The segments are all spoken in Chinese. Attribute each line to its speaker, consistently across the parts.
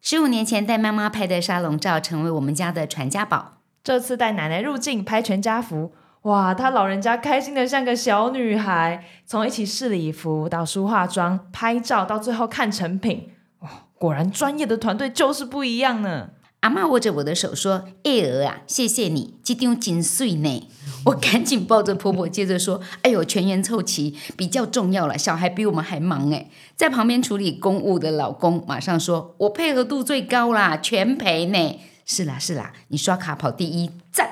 Speaker 1: 十五年前带妈妈拍的沙龙照成为我们家的传家宝。
Speaker 2: 这次带奶奶入境拍全家福，哇，她老人家开心的像个小女孩。从一起试礼服到梳化妆、拍照，到最后看成品，哦，果然专业的团队就是不一样呢。
Speaker 1: 阿妈握着我的手说：“叶儿啊，谢谢你，这张真碎呢。”我赶紧抱着婆婆，接着说：“哎呦，全员凑齐比较重要了，小孩比我们还忙哎。”在旁边处理公务的老公马上说：“我配合度最高啦，全陪呢。”是啦是啦，你刷卡跑第一，赞！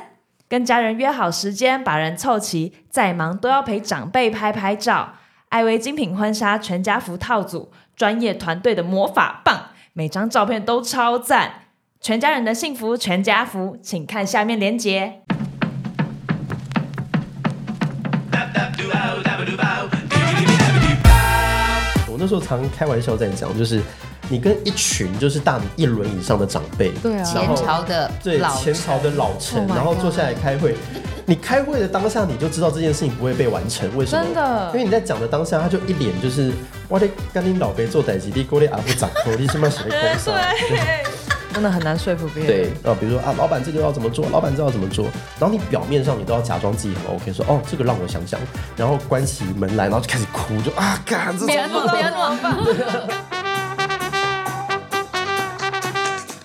Speaker 2: 跟家人约好时间，把人凑齐，再忙都要陪长辈拍拍照。艾薇精品婚纱全家福套组，专业团队的魔法棒，每张照片都超赞。全家人的幸福全家福，请看下面链接。
Speaker 3: 我那时候常开玩笑在讲，就是你跟一群就是大你一轮以上的长辈，
Speaker 4: 对啊
Speaker 3: 然后
Speaker 1: 前朝的
Speaker 3: 对
Speaker 1: 老
Speaker 3: 前朝的老臣
Speaker 4: Oh my
Speaker 3: 然后坐下来开会。你开会的当下，你就知道这件事情不会被完成，为什么？
Speaker 2: 真的
Speaker 3: 因为你在讲的当下，他就一脸就是我得跟你老辈做代级，你过来阿不长头，你是不是谁公司？
Speaker 2: 真的很难说服别人。
Speaker 3: 对，啊，比如说啊，老板这个要怎么做，老板这要怎么做，然后你表面上你都要假装自己很 OK，说哦，这个让我想想，然后关起门来，然后就开始哭，就啊，干这种。
Speaker 1: 弄，不要弄，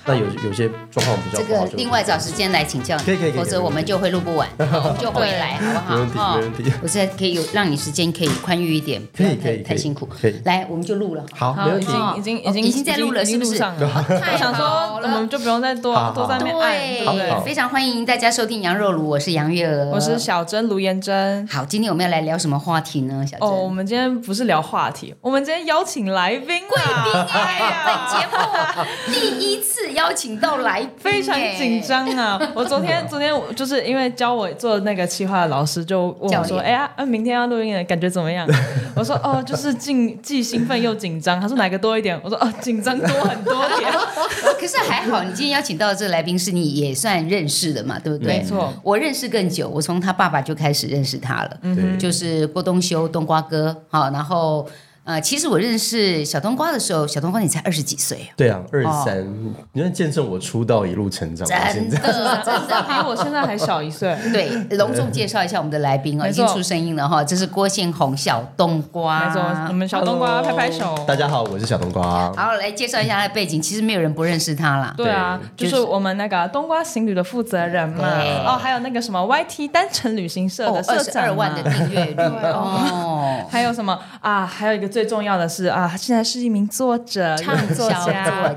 Speaker 3: 那有有些状况比较
Speaker 1: 这
Speaker 3: 不好
Speaker 1: 个
Speaker 3: 就不
Speaker 1: 另外找时间来请教你，
Speaker 3: 可以可以可以
Speaker 1: 否则
Speaker 3: 没问题
Speaker 1: 我们就会录 不完，好我们就回来，好不好？
Speaker 3: 没问题
Speaker 1: 哦
Speaker 3: 没问题
Speaker 1: 我现在可以有让你时间可以宽裕一点，
Speaker 3: 可
Speaker 1: 不
Speaker 3: 以
Speaker 1: 要太
Speaker 3: 可以
Speaker 1: 太
Speaker 3: 可以
Speaker 1: 辛苦，
Speaker 3: 可以
Speaker 1: 来，我们就录了。
Speaker 3: 好，没问题。
Speaker 1: 哦
Speaker 4: 已经
Speaker 1: 哦
Speaker 4: 已经
Speaker 1: 已经在录了
Speaker 4: 已经
Speaker 1: 是不是
Speaker 4: 已经录上了。
Speaker 1: 太
Speaker 4: 我想说
Speaker 1: 好，
Speaker 4: 我
Speaker 1: 了
Speaker 4: 们就不用再多
Speaker 3: 好好
Speaker 4: 多在那边按，对不
Speaker 3: 好
Speaker 4: 对
Speaker 3: 好
Speaker 1: 对，？非常欢迎大家收听羊肉炉，我是杨月娥，
Speaker 4: 我是小珍卢妍珍。
Speaker 1: 好，今天我们要来聊什么话题呢？小珍，
Speaker 4: 哦，我们今天不是聊话题，我们今天邀请来宾贵宾哎呀，
Speaker 1: 本节目第一次邀请到来宾，
Speaker 4: 非常紧。张啊！我昨 天昨天我就是因为教我做那个企划的老师就问
Speaker 1: 教
Speaker 4: 我
Speaker 1: 练
Speaker 4: 说：“哎呀，嗯，明天要录音了，感觉怎 么样？”我说：“哦，就是既既兴奋又紧张。”他说：“哪个多一点？”我说：“哦，紧张多很多 点。
Speaker 1: 哦可是还好，你今天邀请到的这来宾是你也算认识的嘛，对不对？
Speaker 4: 没错，
Speaker 1: 我认识更久，我从他爸爸就开始认识他了，
Speaker 3: 对
Speaker 1: 就是郭东修冬瓜哥。好，然后呃，其实我认识小冬瓜的时候，小冬瓜你才二十几岁
Speaker 3: 对啊，二三，你看见证我出道一路成长
Speaker 1: 哦，
Speaker 3: 到
Speaker 1: 真
Speaker 3: 现
Speaker 1: 的
Speaker 3: 在。
Speaker 1: 真的。
Speaker 4: 比我现在还小一 岁。”
Speaker 1: 对， 隆重介绍一下我们的来宾哦，
Speaker 4: 没
Speaker 1: 已经
Speaker 4: 错
Speaker 1: 出声音了哈，这是郭宪宏小冬瓜。
Speaker 4: 没错，我们小冬瓜拍拍手。
Speaker 3: 大家好，我是小冬瓜。
Speaker 1: 好，来介绍一下他的背景，其实没有人不认识他啦。
Speaker 4: 对啊，
Speaker 1: 对
Speaker 4: 就是我们那个冬瓜行旅的负责人嘛，
Speaker 1: 对
Speaker 4: 哦，还有那个什么 YT 单程旅行社
Speaker 1: 哦
Speaker 4: 的，社
Speaker 1: 二十
Speaker 4: 长
Speaker 1: 二
Speaker 4: 嘛
Speaker 1: 万的订阅率哦，
Speaker 4: 还有什么啊？还有一个最重要的是啊，他现在是一名作者、
Speaker 1: 畅销
Speaker 4: 作家。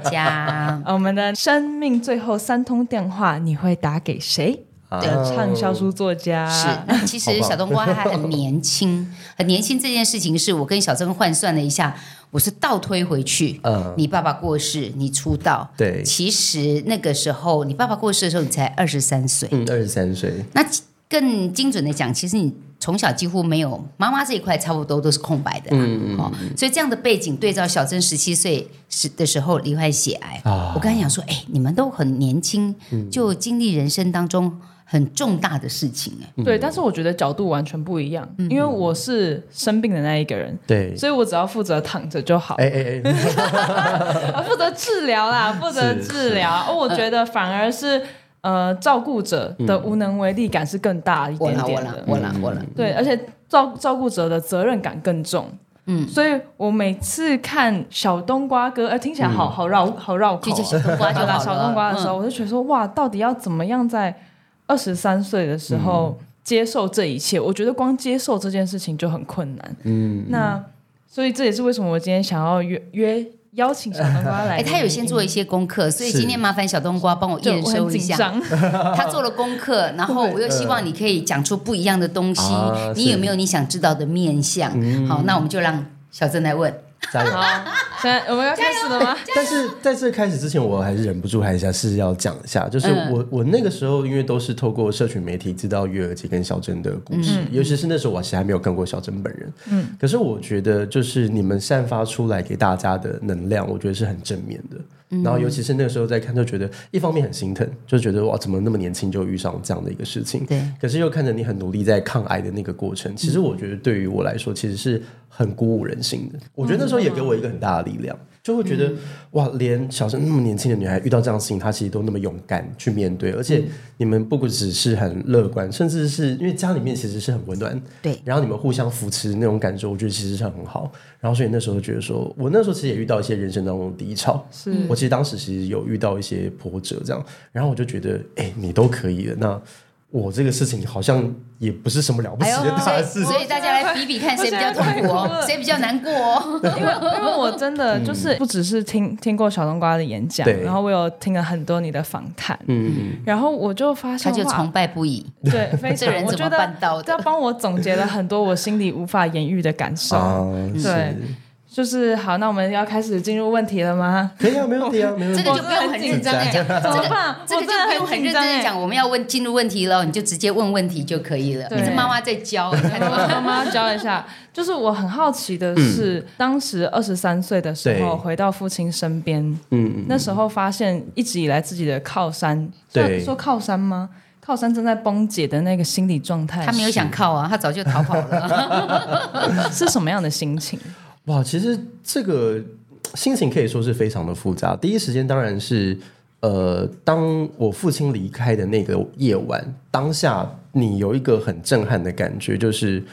Speaker 1: 作家。
Speaker 4: 啊我们的生命最后三通电话，你会打给谁？
Speaker 3: 啊
Speaker 4: 的畅销书作家
Speaker 1: 是，那其实小冬瓜还很年轻，很年轻这件事情是我跟小曾换算了一下，我是倒推回去。
Speaker 3: 嗯
Speaker 1: 你爸爸过世，你出道，
Speaker 3: 对
Speaker 1: 其实那个时候你爸爸过世的时候，你才二十三岁。
Speaker 3: 嗯，二十三岁，
Speaker 1: 那更精准的讲，其实你从小几乎没有妈妈这一块，差不多都是空白的、嗯哦，所以这样的背景对照小珍十七岁时的时候罹患血癌，
Speaker 3: 啊
Speaker 1: 我刚才讲说，哎，你们都很年轻，就经历人生当中很重大的事情，哎，
Speaker 4: 对，但是我觉得角度完全不一样，因为我是生病的那一个人，
Speaker 3: 对。
Speaker 4: 所以我只要负责躺着就好。
Speaker 3: 哎哎哎，
Speaker 4: 啊，负责治疗啦，负责
Speaker 3: 是
Speaker 4: 治疗。哦，我觉得反而是呃，照顾者的无能为力感是更大一
Speaker 1: 我
Speaker 4: 点嗯
Speaker 1: 啦我
Speaker 4: 点
Speaker 1: 啦
Speaker 4: 的。
Speaker 1: 我啦我啦，
Speaker 4: 对，而且照照顾者的责任感更重。嗯，所以我每次看小冬瓜哥，哎，听起来好好绕好绕口
Speaker 1: 就
Speaker 4: 哦。
Speaker 1: 叫小冬瓜就
Speaker 4: 对
Speaker 1: 好
Speaker 4: 吧
Speaker 1: 了。
Speaker 4: 小冬瓜的时候，
Speaker 1: 嗯，
Speaker 4: 我就觉得说，哇，到底要怎么样在二十三岁的时候接受这一切？我觉得光接受这件事情就很困难。嗯，那所以这也是为什么我今天想要约约邀请小冬瓜来。
Speaker 1: 哎，他有先做一些功课，所以
Speaker 3: 是
Speaker 1: 今天麻烦小冬瓜帮我
Speaker 4: 就
Speaker 1: 验
Speaker 4: 我很
Speaker 1: 收一
Speaker 4: 紧
Speaker 1: 下。
Speaker 4: 张，
Speaker 1: 他做了功课，然后我又希望你可以讲出不一样的东西
Speaker 3: 啊。
Speaker 1: 你有没有你想知道的面相？好，那我们就让小郑来问。
Speaker 3: 加油！
Speaker 4: 好，现在我们要开始了吗？
Speaker 3: 但是在这开始之前，我还是忍不住还是要是要讲一下，就是
Speaker 1: 嗯
Speaker 3: 我、我那个时候因为都是透过社群媒体知道月儿姐跟小珍的故事，尤其是那时候我其实还没有看过小珍本人，嗯，可是我觉得就是你们散发出来给大家的能量，我觉得是很正面的。然后，尤其是那个时候在看，就觉得一方面很心疼，就觉得哇，怎么那么年轻就遇上这样的一个事情？
Speaker 1: 对。
Speaker 3: 可是又看着你很努力在抗癌的那个过程，其实我觉得对于我来说，其实是很鼓舞人心的。我觉得那时候也给我一个很大的力量。就会觉得、哇，连小生那么年轻的女孩遇到这样的事情，她其实都那么勇敢去面对，而且你们不只是很乐观，甚至是因为家里面其实是很温暖，
Speaker 1: 对，
Speaker 3: 然后你们互相扶持那种感受，我觉得其实是很好。然后所以那时候觉得说，我那时候其实也遇到一些人生当中的低潮，
Speaker 4: 是
Speaker 3: 我其实当时其实有遇到一些波折，这样，然后我就觉得，哎、你都可以了，那我这个事情好像也不是什么了不起的
Speaker 1: 哎
Speaker 3: 大
Speaker 1: 所以
Speaker 3: 的事情。
Speaker 1: 所以大家来比比看谁比较痛苦
Speaker 4: 我现在快哭
Speaker 1: 哦，
Speaker 4: 了
Speaker 1: 谁比较难过哦。
Speaker 4: 因为因为我真的就是不只是听听过小冬瓜的演讲
Speaker 3: 对，
Speaker 4: 然后我有听了很多你的访谈，
Speaker 3: 嗯，
Speaker 4: 然后我就发
Speaker 1: 他
Speaker 4: 现
Speaker 1: 就
Speaker 4: 哇
Speaker 1: 崇拜不已，
Speaker 4: 对非
Speaker 1: 这
Speaker 4: 常，
Speaker 1: 人
Speaker 4: 我
Speaker 1: 怎
Speaker 4: 觉
Speaker 1: 么
Speaker 4: 得
Speaker 1: 办到的
Speaker 4: 他？帮我总结了很多我心里无法言喻的感受。
Speaker 3: 啊，
Speaker 4: 哦对
Speaker 3: 是，
Speaker 4: 就是好，那我们要开始进入问题了吗？
Speaker 3: 可以啊，没问题啊，没问
Speaker 1: 这
Speaker 3: 题。
Speaker 1: 个就不用很认真的讲，
Speaker 4: 欸怎
Speaker 1: 这
Speaker 4: 么
Speaker 1: 个
Speaker 4: 办？
Speaker 1: 这个
Speaker 4: 我
Speaker 1: 就
Speaker 4: 真
Speaker 1: 不
Speaker 4: 的
Speaker 1: 用很
Speaker 4: 紧
Speaker 1: 认
Speaker 4: 张
Speaker 1: 真
Speaker 4: 哎
Speaker 1: 的。讲，我们要问进入问题了，你就直接问问题就可以了。
Speaker 4: 对
Speaker 1: 你是妈妈在教，你看
Speaker 4: 我
Speaker 1: 到
Speaker 4: 妈
Speaker 1: 吗？
Speaker 4: 妈教一下，就是我很好奇的是，当时二十三岁的时
Speaker 3: 嗯对
Speaker 4: 候回到父亲身边，
Speaker 3: 嗯，
Speaker 4: 那时候发现一直以来自己的靠山，
Speaker 3: 对
Speaker 4: 算说靠山吗？靠山正在崩解的那个心理状态，
Speaker 1: 他没有想靠啊，他早就逃跑了。
Speaker 4: 是什么样的心情？
Speaker 3: 哇，其实这个心情可以说是非常的复杂。第一时间当然是，呃，当我父亲离开的那个夜晚，当下你有一个很震撼的感觉，就是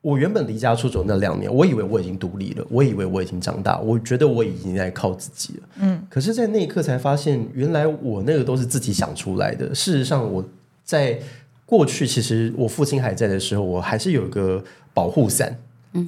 Speaker 3: 我原本离家出走那两年，我以为我已经独立了，我以为我已经长大，我觉得我已经在靠自己了。嗯，可是，在那一刻才发现，原来我那个都是自己想出来的。事实上，我在过去，其实我父亲还在的时候，我还是有一个保护伞。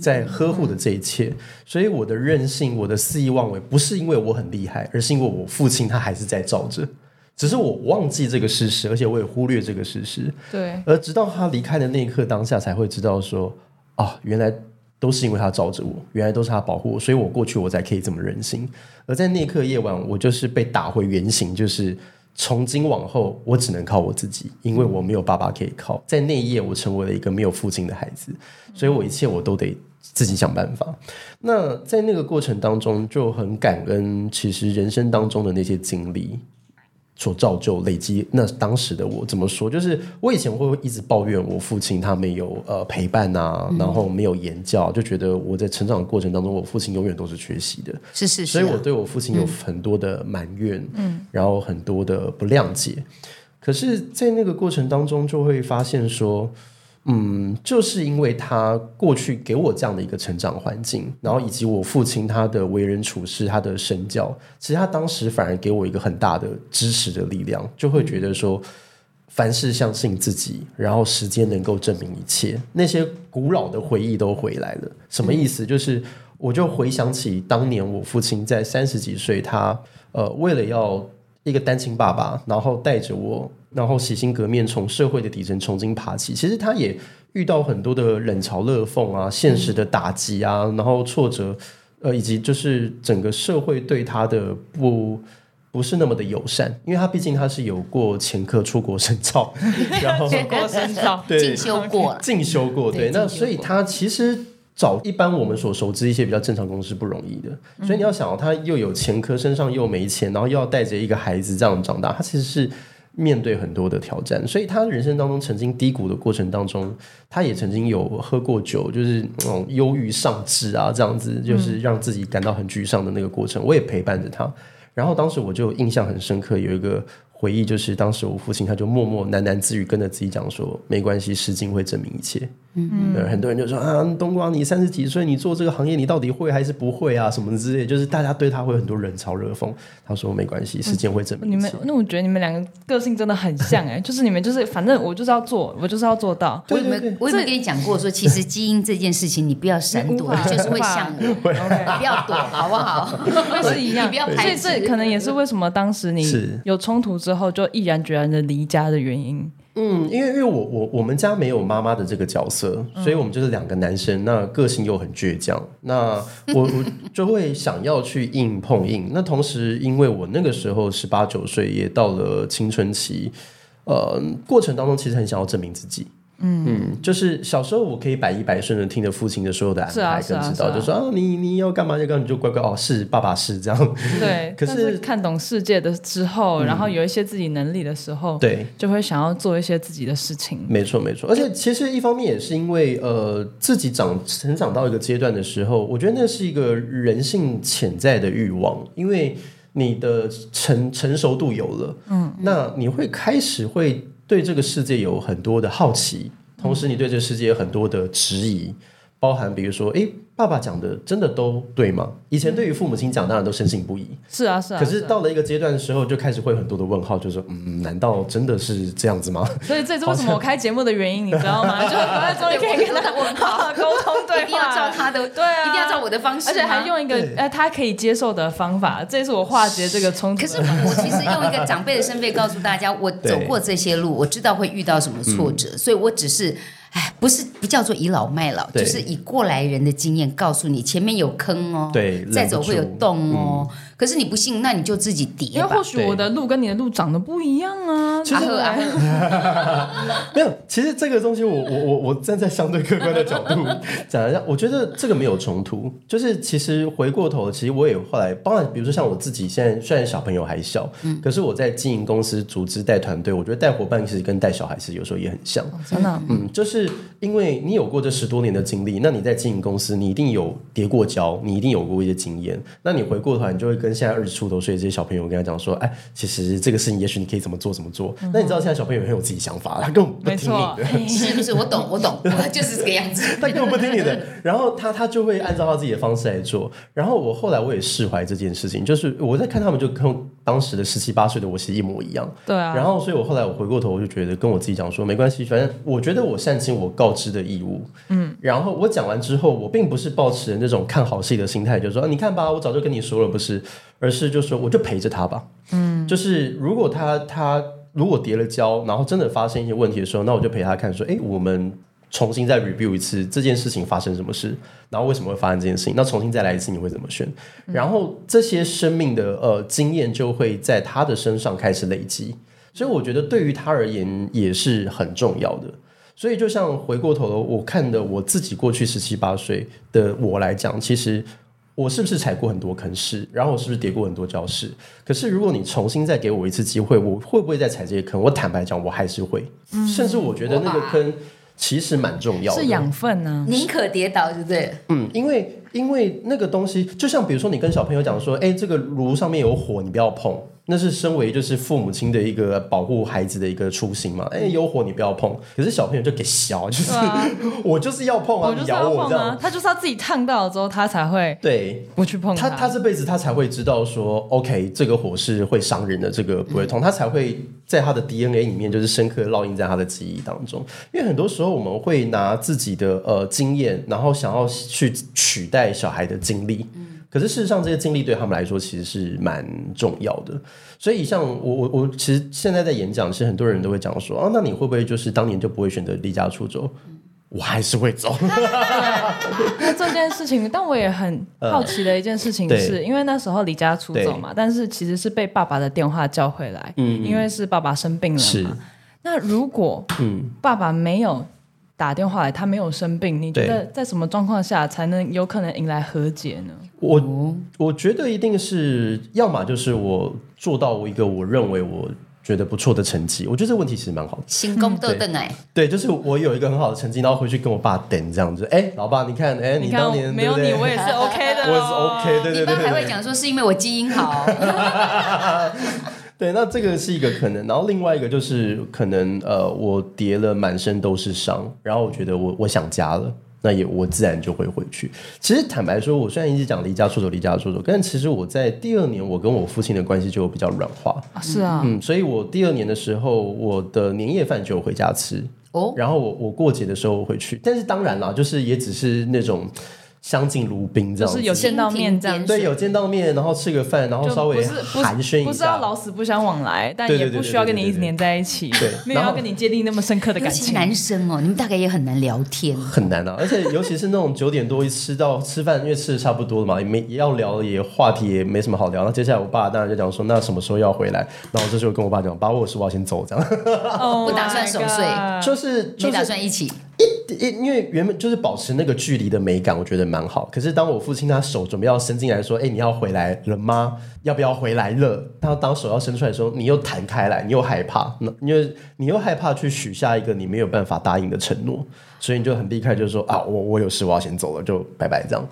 Speaker 3: 在呵护的这一切，所以我的任性，我的肆意妄为，不是因为我很厉害，而是因为我父亲他还是在罩着，只是我忘记这个事实，而且我也忽略这个事实。
Speaker 4: 对，
Speaker 3: 而直到他离开的那一刻当下，才会知道说，啊，原来都是因为他罩着我，原来都是他保护我，所以我过去我才可以这么任性。而在那一刻夜晚，我就是被打回原形，就是从今往后我只能靠我自己，因为我没有爸爸可以靠。在那一夜，我成为了一个没有父亲的孩子，所以我一切我都得自己想办法。那在那个过程当中，就很感恩，其实人生当中的那些经历，所造就累积。那当时的我怎么说？就是我以前会一直抱怨我父亲他没有呃陪伴啊，然后没有言教，就觉得我在成长的过程当中，我父亲永远都是缺席的。
Speaker 1: 是是是
Speaker 3: 所以我
Speaker 1: 啊，
Speaker 3: 对我父亲有很多的埋怨，嗯，然后很多的不谅解。可是，在那个过程当中，就会发现说，嗯，就是因为他过去给我这样的一个成长环境，然后以及我父亲他的为人处事、他的身教，其实他当时反而给我一个很大的支持的力量，就会觉得
Speaker 1: 嗯
Speaker 3: 说。凡事相信自己，然后时间能够证明一切。那些古老的回忆都回来了，什
Speaker 1: 嗯
Speaker 3: 么意思？就是我就回想起当年我父亲在三十几岁，他呃为了要一个单亲爸爸，然后带着我，然后洗心革面，从社会的底层重新爬起。其实他也遇到很多的冷嘲热讽啊，现实的打击啊，然后挫折，呃，以及就是整个社会对他的不。不是那么的友善，因为他毕竟他是有过前科出国深造， 然后
Speaker 4: 出国深 造，
Speaker 3: 对
Speaker 1: 进修过了，
Speaker 3: 进修过，
Speaker 1: 对
Speaker 3: 对，那
Speaker 1: 进修
Speaker 3: 所以
Speaker 1: 过
Speaker 3: 他其实找一般我们所熟知一些比较正常公司不容易的，
Speaker 1: 嗯
Speaker 3: 所以你要想哦，他又有前科，身上又没钱，然后又要带着一个孩子这样长大，他其实是面对很多的挑战，所以他人生当中曾经低谷的过程当中，他也曾经有喝过酒，就是那种忧郁上志啊，这样子，就是
Speaker 1: 嗯
Speaker 3: 让自己感到很沮丧的那个过程，我也陪伴着他。然后当时我就印象很深刻，有一个回忆，就是当时我父亲他就默默喃喃自语，跟着自己讲说：“没关系，时间会证明一切。”嗯，很多人就说啊，冬瓜，你三十几岁，你做这个行业，你到底会还是不会啊？什么之类，就是大家对他会有很多冷嘲热讽。他说没关系，时间会证明
Speaker 4: 你
Speaker 3: 一
Speaker 4: 们
Speaker 3: 切。
Speaker 4: 那我觉得你们两个个性真的很像哎、 就是你们就是反正我就是要做，我就是要做 到。
Speaker 1: 我
Speaker 3: 对
Speaker 1: 有没
Speaker 3: 对
Speaker 1: 有
Speaker 3: 对，
Speaker 1: 我有没有跟你讲过 说，其实基因这件事情你不要闪躲，
Speaker 4: 你无
Speaker 1: 你
Speaker 4: 法
Speaker 1: 就是会像 我，你不要躲，好不好？
Speaker 4: 是一样
Speaker 1: 你不要
Speaker 4: 所
Speaker 1: 排
Speaker 4: 以
Speaker 1: 斥，
Speaker 4: 这可能也是为什么当时
Speaker 3: 是
Speaker 4: 你有冲突之后就毅然决然的离家的原因。
Speaker 3: 嗯，因为因为我我我们家没有妈妈的这个角色，所以我们就是两个男生，那个性又很倔强，那我 我就会想要去硬碰硬。那同时，因为我那个时候十八九岁，也到了青春期，呃，过程当中其实很想要证明自己。嗯，就是小时候我可以百依百顺的听着父亲的所有的安
Speaker 4: 是啊
Speaker 3: 排
Speaker 4: 是
Speaker 3: 跟
Speaker 4: 啊
Speaker 3: 指
Speaker 4: 是啊
Speaker 3: 导，就说啊你你要干嘛要干嘛你就乖乖哦是爸爸是这样，
Speaker 4: 对，
Speaker 3: 可
Speaker 4: 但
Speaker 3: 是嗯
Speaker 4: 是看懂世界的之后，然后有一些自己能力的时候，
Speaker 3: 对，
Speaker 4: 就会想要做一些自己的事情。
Speaker 3: 没错，没错。而且其实一方面也是因为呃自己长成长到一个阶段的时候，我觉得那是一个人性潜在的欲望，因为你的成成熟度有了，嗯，那你会开始会对这个世界有很多的好奇，同时你对这个世界有很多的质疑。包含比如说，诶，爸爸讲的真的都对吗？以前对于父母亲讲，当然都深信不疑，
Speaker 4: 是啊，是啊。
Speaker 3: 可是
Speaker 4: 啊
Speaker 3: 到了一个阶段的时候，就开始会有很多的问号，就是嗯，难道真的是这样子吗？
Speaker 4: 所以这是为什么我开节目的原因，你知道 吗？就是我在终于可以跟 他问好沟通对
Speaker 1: 一定要照
Speaker 4: 话，
Speaker 1: 他的，
Speaker 4: 对啊
Speaker 1: 一定要照我的方式吗，
Speaker 4: 而且还用一个呃他可以接受的方法，这也是我化解这个冲突
Speaker 1: 可
Speaker 4: 的。
Speaker 1: 是我其实用一个长辈的身份告诉大家，我走过这些路，我知道会遇到什么挫
Speaker 4: 嗯
Speaker 1: 折，所以我只是，哎，不是不叫做倚老卖老，
Speaker 3: 对
Speaker 1: 就是以过来人的经验告诉你，前面有坑哦，
Speaker 3: 对
Speaker 1: 再走
Speaker 3: 忍不住
Speaker 1: 会有洞哦。可是你不信，那你就自己叠
Speaker 4: 嗯因为
Speaker 1: 吧
Speaker 4: 或。许我的路跟你的路长得不一样啊。
Speaker 1: 阿赫阿赫，
Speaker 3: 没有，其实这个东西我，我我我站在相对客观的角度 讲一下，我觉得这个没有冲突。就是其实回过头，其实我也后来，当然，比如说像我自己，现在虽然小朋友还小，
Speaker 4: 嗯
Speaker 3: 可是我在经营公司、组织、带团队，我觉得带伙伴其实跟带小孩是有时候也很像。
Speaker 4: 真的啊，
Speaker 3: 嗯，就是因为你有过这十多年的经历，那你在经营公司，你一定有跌过跤，你一定有过一些经验。那你回过头来，你就会跟现在二十出头岁这些小朋友跟他讲说，哎，其实这个事情也许你可以怎么做怎么做。那你知道现在小朋友很有自己想法，他根本
Speaker 4: 嗯
Speaker 3: 不
Speaker 4: 没
Speaker 3: 听你
Speaker 4: 错
Speaker 3: 的。，
Speaker 1: 是不是？我懂，我懂， 我就是这个样 子。
Speaker 3: 他根本不听你的，然后他他就会按照他自己的方式来做。然后我后来我也释怀这件事情，就是我在看他们就跟当时的十七八岁的我其实一模一样。
Speaker 4: 对啊。
Speaker 3: 然后，所以我后来我回过头，我就觉得跟我自己讲说，没关系，反正我觉得我善尽我告知的义务。嗯，然后我讲完之后，我并不是抱持那种看好戏的心态，就是说、啊你看吧，我早就跟你说了，不是，而是就说我就陪着他吧。嗯，就是如果他他如果跌了跤，然后真的发生一些问题的时候，那我就陪他看说，哎，我们。重新再 review 一次这件事情发生什么事，然后为什么会发生这件事情？那重新再来一次，你会怎么选？然后这些生命的呃经验就会在他的身上开始累积。所以我觉得对于他而言也是很重要的。所以就像回过头，我看的我自己过去十七八岁的我来讲，其实我是不是踩过很多坑是，然后我是不是跌过很多跤是？可是如果你重新再给我一次机会，我会不会再踩这些坑？我坦白讲，我还是会，甚至我觉得那个坑其实蛮重要的，
Speaker 4: 是养分啊，
Speaker 1: 宁可跌倒，对不对？
Speaker 3: 嗯，因为因为那个东西，就像比如说你跟小朋友讲说，哎，这个炉上面有火，你不要碰，那是身为就是父母亲的一个保护孩子的一个初心嘛。哎，有火你不要碰，可是小朋友就给削，就是、 我就是要碰啊，
Speaker 4: 啊我就
Speaker 3: 你
Speaker 4: 是要
Speaker 3: 咬我
Speaker 4: 碰
Speaker 3: 这
Speaker 4: 啊
Speaker 3: 样。，
Speaker 4: 他就是要自己烫到了之后，他才会
Speaker 3: 对，
Speaker 4: 不去碰
Speaker 3: 他他这辈子他才会知道说，OK，这个火是会伤人的，这个不会痛，他才会在他的 DNA 里面就是深刻地烙印在他的记忆当中。因为很多时候我们会拿自己的呃经验，然后想要去取代小孩的经历。可是事实上，这些经历对他们来说其实是蛮重要的。所以，像我我我，其实现在在演讲，其实很多人都会讲说，啊，那你会不会就是当年就不会选择离家出走？我还是会走。
Speaker 4: 那这件事情，但我也很好奇的一件事情
Speaker 3: 对
Speaker 4: 是，因为那时候离家出走嘛，但是其实是被爸爸的电话叫回来，因为是爸爸生病了
Speaker 3: 嗯是
Speaker 4: 嘛。那如果
Speaker 3: 嗯，
Speaker 4: 爸爸没有打电话来，他没有生病，你觉得在什么状况下才能有可能迎来和解呢？
Speaker 3: 我我觉得一定是，要么就是我做到一个我认为我觉得不错的成绩。我觉得这个问题其实蛮好的。
Speaker 1: 行宫斗邓哎，
Speaker 3: 对，就是我有一个很好的成绩，然后回去跟我爸等这样子。哎，老爸，你看，哎，
Speaker 4: 你看
Speaker 3: 当年
Speaker 4: 没有
Speaker 3: 对
Speaker 4: 你，
Speaker 3: 不对
Speaker 4: 我也 是 OK 的
Speaker 3: 我也是
Speaker 4: 哦，
Speaker 3: OK，对
Speaker 1: 你
Speaker 3: 对
Speaker 1: 爸
Speaker 3: 对
Speaker 1: 还
Speaker 3: 对
Speaker 1: 会讲说是因为我基因好，哦
Speaker 3: 对。那这个是一个可能，然后另外一个就是可能呃，我跌了满身都是伤，然后我觉得我我想家了。那也我自然就会回去。其实坦白说，我虽然一直讲离家出走，离家出走，但其实我在第二年，我跟我父亲的关系就比较软化。
Speaker 4: 啊是啊，
Speaker 3: 嗯，所以我第二年的时候，我的年夜饭就有回家吃，
Speaker 1: 哦，
Speaker 3: 然后我我过节的时候我回去，但是当然啦，就是也只是那种相敬如宾这
Speaker 4: 就
Speaker 3: 样
Speaker 4: 是有
Speaker 3: 子。
Speaker 4: 见到面这样
Speaker 1: 蜻蜓点
Speaker 4: 子，
Speaker 1: 水
Speaker 3: 对，有见到面，然后吃个饭，然后
Speaker 4: 就
Speaker 3: 稍
Speaker 4: 不
Speaker 3: 微
Speaker 4: 是不
Speaker 3: 寒暄
Speaker 4: 是
Speaker 3: 一下，
Speaker 4: 不是要老死不相往来，但
Speaker 3: 对对
Speaker 4: 也
Speaker 3: 对
Speaker 4: 不
Speaker 3: 对
Speaker 4: 需要
Speaker 3: 对
Speaker 4: 跟
Speaker 3: 对
Speaker 4: 你一直
Speaker 3: 对
Speaker 4: 黏在一起，
Speaker 3: 对
Speaker 4: 没有
Speaker 3: 然
Speaker 4: 要
Speaker 3: 后
Speaker 4: 跟你建立那么深刻的
Speaker 1: 尤
Speaker 4: 感
Speaker 1: 其
Speaker 4: 情。
Speaker 1: 男生哦，你们大概也很难聊天。
Speaker 3: 很难啊，而且尤其是那种九点多一吃到吃饭，因为吃的差不多了嘛，也没也要聊，也话题也没什么好聊。那接下来我爸当然就讲说，那什么时候要回来？然后这时候跟我爸讲，爸，我有事我要先走，这样
Speaker 4: Oh
Speaker 1: 不打算
Speaker 4: my
Speaker 1: 守岁
Speaker 4: God
Speaker 3: 就是就
Speaker 1: 你打
Speaker 3: 是
Speaker 1: 算一起？
Speaker 3: 因因为原本就是保持那个距离的美感，我觉得蛮好。可是当我父亲他手准备要伸进来说，哎、你要回来了吗？要不要回来了？他当手要伸出来的时候，你又弹开来，你又害怕，那因为你又害怕去许下一个你没有办法答应的承诺，所以你就很避开，就是说啊，我我有事我要先走了，就拜拜这样。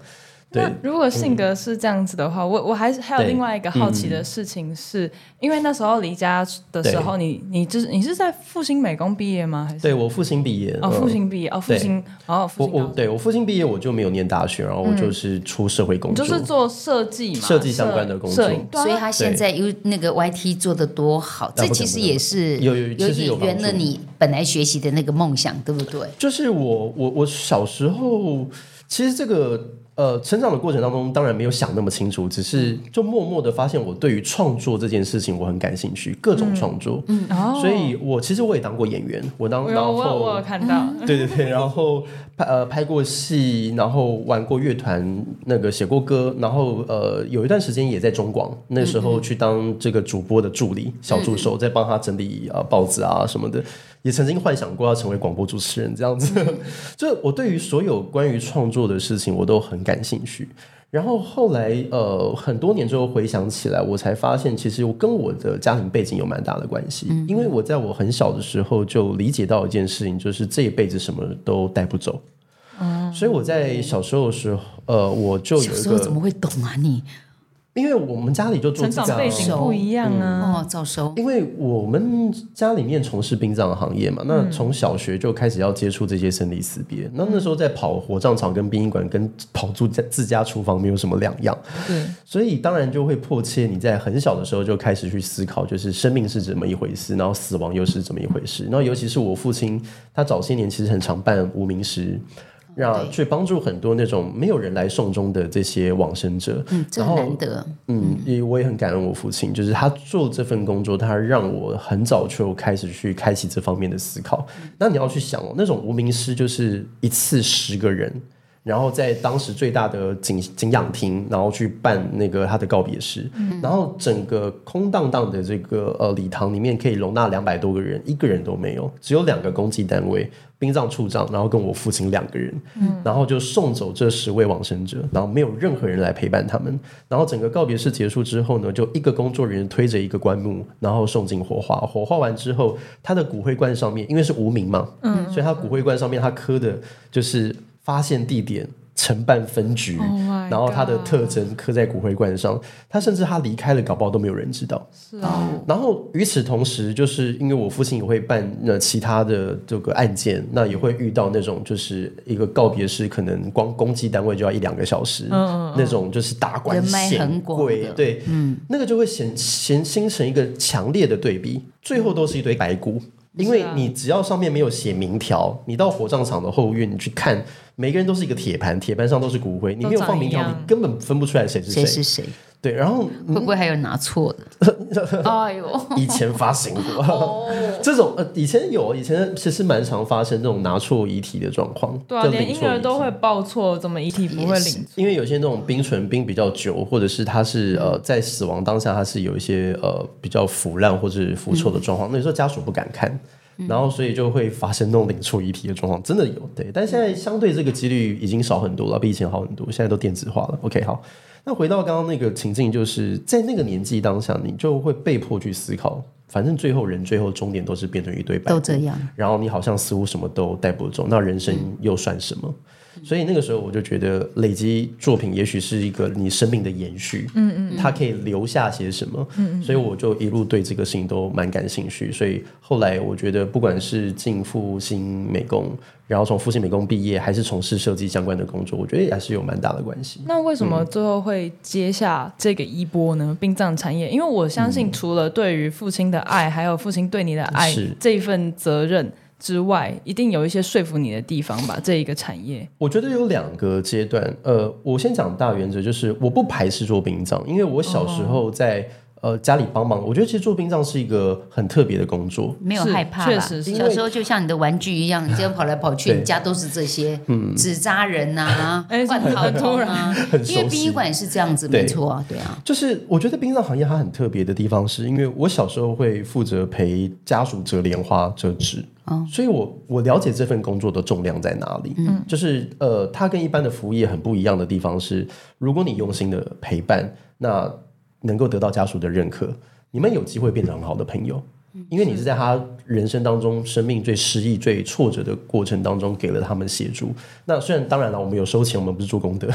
Speaker 3: 对，嗯
Speaker 4: 那如果性格是这样子的话，我我还是还有
Speaker 3: 对嗯
Speaker 4: 另外一个好奇的事情是，因为那时候离家的时候，你你就是你是在复兴美工毕业吗？还是
Speaker 3: 对我父亲毕业，
Speaker 4: 哦
Speaker 3: 嗯
Speaker 4: 复兴毕业哦复
Speaker 3: 对
Speaker 4: 兴哦复
Speaker 3: 我
Speaker 4: 兴高
Speaker 3: 我
Speaker 4: 中，
Speaker 3: 对我父亲毕业我就没有念大学，然后我就是出社会
Speaker 4: 嗯
Speaker 3: 工
Speaker 4: 你
Speaker 3: 作，
Speaker 4: 就是做设计嘛，
Speaker 3: 设计相关的工作
Speaker 4: 摄影对啊
Speaker 1: 所以他现在 U 那个 YT 做的多好，
Speaker 3: 那
Speaker 1: 这
Speaker 3: 不敢
Speaker 1: 其实也是
Speaker 3: 不敢有有其实有
Speaker 1: 点圆了
Speaker 3: 帮助
Speaker 1: 你本来学习的那个梦想，对不对？
Speaker 3: 就是我我我小时候，其实这个呃成长的过程当中，当然没有想那么清楚，只是
Speaker 4: 嗯
Speaker 3: 就默默的发现我对于创作这件事情我很感兴趣，各种创作。嗯，
Speaker 4: 哦
Speaker 3: 所以我其实我也当过演员，我当
Speaker 4: 我
Speaker 3: 然
Speaker 4: 有我有我有
Speaker 3: 后。嗯
Speaker 4: 看到，
Speaker 3: 对对对，然后拍呃拍过戏，然后玩过乐团，那个写过歌，然后呃有一段时间也在中广，那
Speaker 4: 嗯
Speaker 3: 时候去当这个主播的助理小助手，在帮他整理呃报纸啊什么的，也曾经幻想过要成为广播主持人这样子。 所以我对于所有关于创作的事情，我都很感兴趣。然后后来，呃，很多年之后回想起来，我才发现，其实我跟我的家庭背景有蛮大的关系。
Speaker 1: 嗯
Speaker 3: 因为我在我很小的时候就理解到一件事情，就是这一辈子什么都带不走。所以我在小时候的时候，呃，我就有
Speaker 1: 哦小
Speaker 3: 一
Speaker 1: 时候怎
Speaker 3: 个，
Speaker 1: 么会懂啊你？
Speaker 3: 因为我们家里就做
Speaker 4: 成
Speaker 3: 这
Speaker 4: 长
Speaker 3: 个啊
Speaker 4: 背景不一样
Speaker 3: 嗯
Speaker 4: 啊，
Speaker 1: 哦，早熟，
Speaker 3: 因为我们家里面从事殡葬行业嘛，
Speaker 1: 嗯
Speaker 3: 那从小学就开始要接触这些生离死别。那那时候在跑火葬场、跟殡仪馆、跟跑住在自家厨房没有什么两样，
Speaker 4: 对，
Speaker 3: 所以当然就会迫切你在很小的时候就开始去思考，就是生命是怎么一回事，然后死亡又是怎么一回事。然后尤其是我父亲，他早些年其实很常办无名尸。让
Speaker 1: 哦对
Speaker 3: 去帮助很多那种没有人来送终的这些往生者，
Speaker 1: 嗯，这
Speaker 3: 然
Speaker 1: 很
Speaker 3: 后
Speaker 1: 难得。
Speaker 3: 嗯，也我也很感恩我父亲，就是他做这份工作，他让我很早就开始去开启这方面的思考。那你要去想哦，那种无名尸就是一次十个人，然后在当时最大的景景仰厅，然后去办那个他的告别式，然后整个空荡荡的这个呃礼堂里面可以容纳两百多个人，一个人都没有，只有两个公祭单位，殡葬处长，然后跟我父亲两个人，然后就送走这十位往生者，然后没有任何人来陪伴他们。然后整个告别式结束之后呢，就一个工作人员推着一个棺木，然后送进火化。火化完之后，他的骨灰罐上面，因为是无名嘛，嗯，所以他骨灰罐上面他刻的就是发现地点、承办分局
Speaker 4: Oh my
Speaker 3: 然后他的
Speaker 4: God
Speaker 3: 特征刻在骨灰罐上。他甚至他离开了，搞不好都没有人知道。
Speaker 4: 是啊，
Speaker 3: 然后与此同时，就是因为我父亲也会办那其他的这个案件，那也会遇到那种就是一个告别式，可能光攻击单位就要一两个小
Speaker 4: 嗯
Speaker 3: 时，那种就是达官
Speaker 1: 人脉
Speaker 3: 显
Speaker 1: 很广嗯
Speaker 3: 贵
Speaker 1: 的，
Speaker 3: 对，那个就会显显形成一个强烈的对比，最后都是一堆白骨。
Speaker 4: 啊
Speaker 3: 因为你只要上面没有写明条，你到火葬场的后院你去看，每个人都是一个铁盘，铁盘上都是骨灰，你没有放明条，
Speaker 4: 都长一样
Speaker 3: 你根本分不出来谁是
Speaker 1: 谁是
Speaker 3: 谁。
Speaker 1: 谁？
Speaker 3: 对，然后
Speaker 1: 会不会还有拿错的？
Speaker 4: 哎呦，
Speaker 3: 以前发行过，
Speaker 4: 哦
Speaker 3: 这种呃，以前有，以前其实蛮常发生这种拿错遗体的状况，
Speaker 4: 对啊，
Speaker 3: 就
Speaker 4: 连
Speaker 3: 领
Speaker 4: 婴
Speaker 3: 错
Speaker 4: 儿
Speaker 3: 遗
Speaker 4: 都
Speaker 3: 体
Speaker 4: 会报错，怎么遗体不会
Speaker 1: 也是
Speaker 4: 领？
Speaker 3: 因为有些那种冰存冰比较久，或者是它是呃在死亡当下它是有一些呃比较腐烂或是腐臭的状况，那时候家属不敢看，然后所以就会发生那种领错遗体的状况，真的有对，但现在相对这个几率已经少很多了，比以前好很多，现在都电子化了。OK，好，那回到刚刚那个情境，就是在那个年纪当下，你就会被迫去思考，反正最后人最后终点都是变成一堆白
Speaker 1: 都
Speaker 3: 骨
Speaker 1: 这样，
Speaker 3: 然后你好像似乎什么都带不走，那人生又算什么？所以那个时候我就觉得，累积作品也许是一个你生命的延续，嗯嗯，它可以留下些什么，嗯嗯，所以我就一路对这个事情都蛮感兴趣，所以后来我觉得，不管是进复兴美工，然后从复兴美工毕业，还是从事设计相关的工作，我觉得还是有蛮大的关系。
Speaker 4: 那为什
Speaker 3: 嗯
Speaker 4: 么最后会接下这个衣钵呢？殡葬产业，
Speaker 3: 嗯
Speaker 4: 因为我相信除了对于父亲的爱，还有父亲对你的爱
Speaker 3: 是
Speaker 4: 这一份责任之外，一定有一些说服你的地方吧？这一个产业，
Speaker 3: 我觉得有两个阶段，呃，我先讲大原则，就是我不排斥做殡葬，因为我小时候在、呃家里帮忙，我觉得其实做殡葬是一个很特别的工作，
Speaker 1: 没有
Speaker 4: 是
Speaker 1: 害怕
Speaker 4: 确
Speaker 1: 啦。
Speaker 4: 实是
Speaker 1: 小时候就像你的玩具一样，你这样跑来跑去，
Speaker 3: 对嗯
Speaker 1: 你家都是这些，纸扎人呐、
Speaker 4: 哎
Speaker 1: 罐头
Speaker 4: 很突
Speaker 1: 桶
Speaker 4: 然
Speaker 1: 啊，
Speaker 3: 很
Speaker 1: 因为
Speaker 3: 熟
Speaker 1: 殡仪
Speaker 3: 悉。
Speaker 1: 馆是这样子，
Speaker 3: 对
Speaker 1: 没错啊，对啊，
Speaker 3: 就是我觉得殡葬行业它很特别的地方，是因为我小时候会负责陪家属折莲花、折纸，所以我我了解这份工作的重量在哪里。哦嗯，就是呃，它跟一般的服务业很不一样的地方是，如果你用心的陪伴，那能够得到家属的认可，你们有机会变成很好的朋友。因为嗯你是在他人生当中、生命最失意、最挫折的过程当中，给了他们协助。那虽然当然了，我们有收钱，我们不是做功德，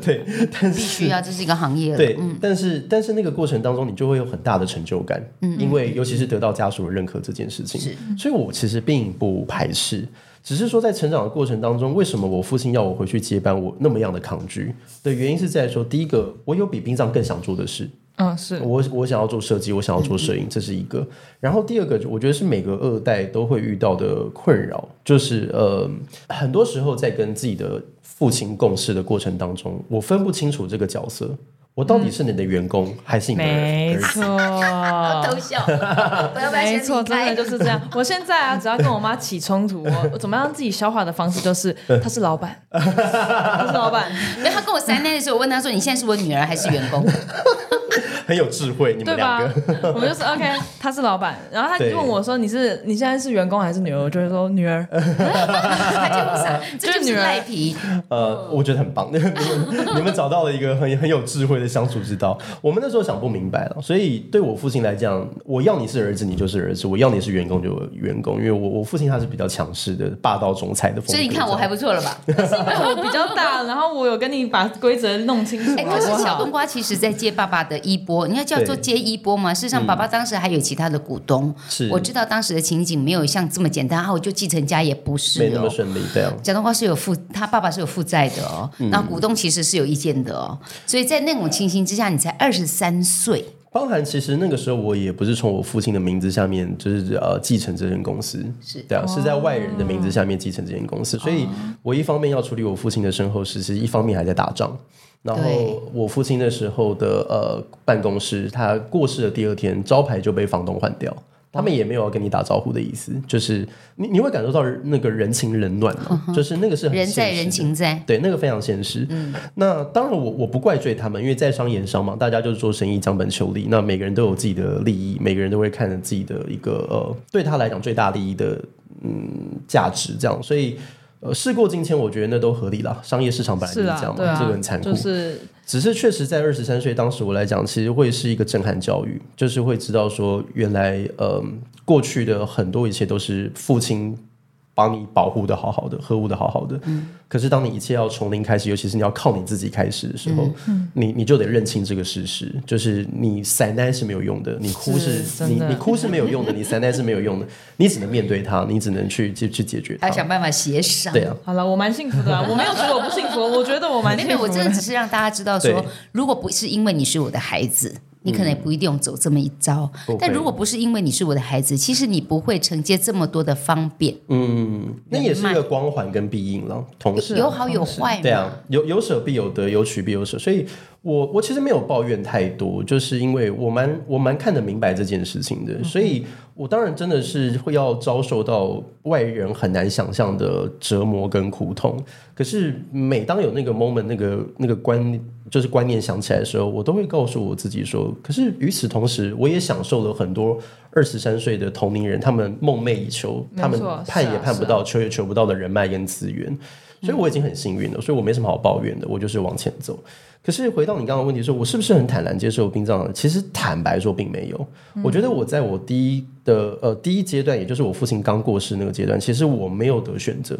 Speaker 3: 对，但
Speaker 1: 必
Speaker 3: 是
Speaker 1: 须啊，这是一个行业了。
Speaker 3: 对，但是但是那个过程当中，你就会有很大的成就感，因为尤其是得到家属的认可这件事情，所以我其实并不排斥，只是说在成长的过程当中，为什么我父亲要我回去接班，我那么样的抗拒的原因是在说，第一个，我有比殡葬更想做的事，
Speaker 4: 嗯，是
Speaker 3: 我我想要做设计，我想要做摄影，这是一个。然后第二个，我觉得是每个二代都会遇到的困扰，就是呃，很多时候在跟自己的父亲共事的过程当中，我分不清楚这个角色，我到底是你的员工还是你
Speaker 4: 嗯
Speaker 3: 的
Speaker 4: 没
Speaker 3: 儿子？
Speaker 4: 错，
Speaker 1: 偷 笑，我要不要先
Speaker 4: 啊没
Speaker 1: 离
Speaker 4: 错，真
Speaker 1: 开
Speaker 4: 的就是这样。我现在啊，只要跟我妈起冲突，我我怎么样自己消化的方式就是，
Speaker 3: 嗯
Speaker 4: 她是老板，她是老板，
Speaker 1: 没有，他跟我塞奶的时候，我问他说：“你现在是我女儿还是员工
Speaker 3: 很有智慧，你们
Speaker 4: 对
Speaker 3: 两
Speaker 4: 吧
Speaker 3: 个。？
Speaker 4: 我们就是 OK，她是老板。然后她
Speaker 3: 对
Speaker 4: 问我说：“你是你现在是员工还是女儿？”我就会说：“女儿。？”
Speaker 1: 他就不 傻，这就是赖皮。
Speaker 3: 呃，
Speaker 1: 嗯
Speaker 3: 我觉得很棒， 你们你们找到了一个很很有智慧的相处之道。我们那时候想不明白了，所以对我父亲来讲，我要你是儿子，你就是儿子；我要你是员工，就员工。因为我我父亲他是比较强势的霸道总裁的风格，
Speaker 1: 所以你看我还不错了吧？
Speaker 4: 因为我比较大，然后我有跟你把规则弄清楚，
Speaker 1: 哎，
Speaker 3: 嗯
Speaker 4: 好
Speaker 1: 可是
Speaker 4: 不
Speaker 1: 小
Speaker 4: 好
Speaker 1: 冬？瓜其实在接爸爸的衣钵，你要叫做
Speaker 3: 对嗯
Speaker 1: 接衣钵吗？事实上，爸爸当时还有其他的股东。
Speaker 3: 是
Speaker 1: 我知道当时的情景没有像这么简单啊，我就继承家也不是
Speaker 3: 没那么
Speaker 1: 哦。
Speaker 3: 顺利，啊这样。
Speaker 1: 小冬瓜是有负，他爸爸是有负债的哦，
Speaker 3: 嗯
Speaker 1: 那股东其实是有意见的哦，所以在那种情形之下，你才二十三岁，
Speaker 3: 包含其实那个时候我也不是从我父亲的名字下面就是呃继承这间公司，
Speaker 1: 是哦
Speaker 3: 对啊，是在外人的名字下面继承这间公司，所以我一方面要处理我父亲的身后事，其实一方面还在打仗。然
Speaker 1: 对
Speaker 3: 后我父亲那时候的呃办公室，他过世的第二天，招牌就被房东换掉。他们也没有要跟你打招呼的意思，就是你你会感受到那个人情冷暖 嘛，就是那个是很
Speaker 1: 人在
Speaker 3: 现实
Speaker 1: 人
Speaker 3: 的
Speaker 1: 情在。
Speaker 3: 对，那个非常现实。
Speaker 4: 嗯
Speaker 3: 那当然我，我不怪罪他们，因为在商言商嘛，大家就是做生意，将本求利。那每个人都有自己的利益，每个人都会看着自己的一个呃，对他来讲最大利益的嗯价值，这样。所以呃，事过境迁，我觉得那都合理啦。商业市场本来就是是
Speaker 4: 啊
Speaker 3: 这样，嘛，
Speaker 4: 对
Speaker 3: 这个
Speaker 4: 啊
Speaker 3: 很残，酷。
Speaker 4: 就是
Speaker 3: 只是确实在二十三岁当时我来讲，其实会是一个震撼教育，就是会知道说，原来呃过去的很多一切都是父亲帮你保护的好好的，呵护的好好的。
Speaker 4: 嗯
Speaker 3: 可是当你一切要从零开始，尤其是你要靠你自己开始的时候，
Speaker 4: 嗯
Speaker 3: 你你就得认清这个事实，就是你塞奶是没有用的，你哭是
Speaker 4: 是真
Speaker 3: 你
Speaker 4: 的
Speaker 3: 你哭是没有用的，你塞奶是没有用的，你只能面对它，你只能去去去解决
Speaker 1: 还
Speaker 3: 它
Speaker 1: 要。想办法协商。
Speaker 3: 对啊，
Speaker 4: 好了，我蛮幸福的啊，我没有说我不幸福，我觉得我蛮
Speaker 1: 啊没有
Speaker 4: 幸
Speaker 1: 没 有，
Speaker 4: 福
Speaker 1: 我真的只是让大家知道说
Speaker 3: 对，嗯
Speaker 1: 如果不是因为你是我的孩子，你可能也不一定走这么一招
Speaker 3: 不会。
Speaker 1: 但如果不是因为你是我的孩子，其实你不会承接这么多的方便，
Speaker 3: 那也是一个光环跟必应了，同时。
Speaker 1: 有好有坏嘛。
Speaker 3: 对啊，有有舍必有得，有取必有舍，所以我我其实没有抱怨太多，就是因为我蛮我蛮看得明白这件事情的，所以我当然真的是会要遭受到外人很难想象的折磨跟苦痛。可是每当有那个 moment，那个那个观就是观念想起来的时候，我都会告诉我自己说，可是与此同时，我也享受了很多二十三岁的同龄人他们梦寐以求，
Speaker 4: 没错
Speaker 3: 他们盼
Speaker 4: 是啊
Speaker 3: 也盼不到，求也求不到的人脉跟资源。所以我已经很幸运了，所以我没什么好抱怨的，我就是往前走。可是回到你刚刚的问题说，我是不是很坦然接受殡葬呢？其实坦白说，并没有。
Speaker 4: 嗯
Speaker 3: 我觉得我在我第一的呃第一阶段，也就是我父亲刚过世那个阶段，其实我没有得选择。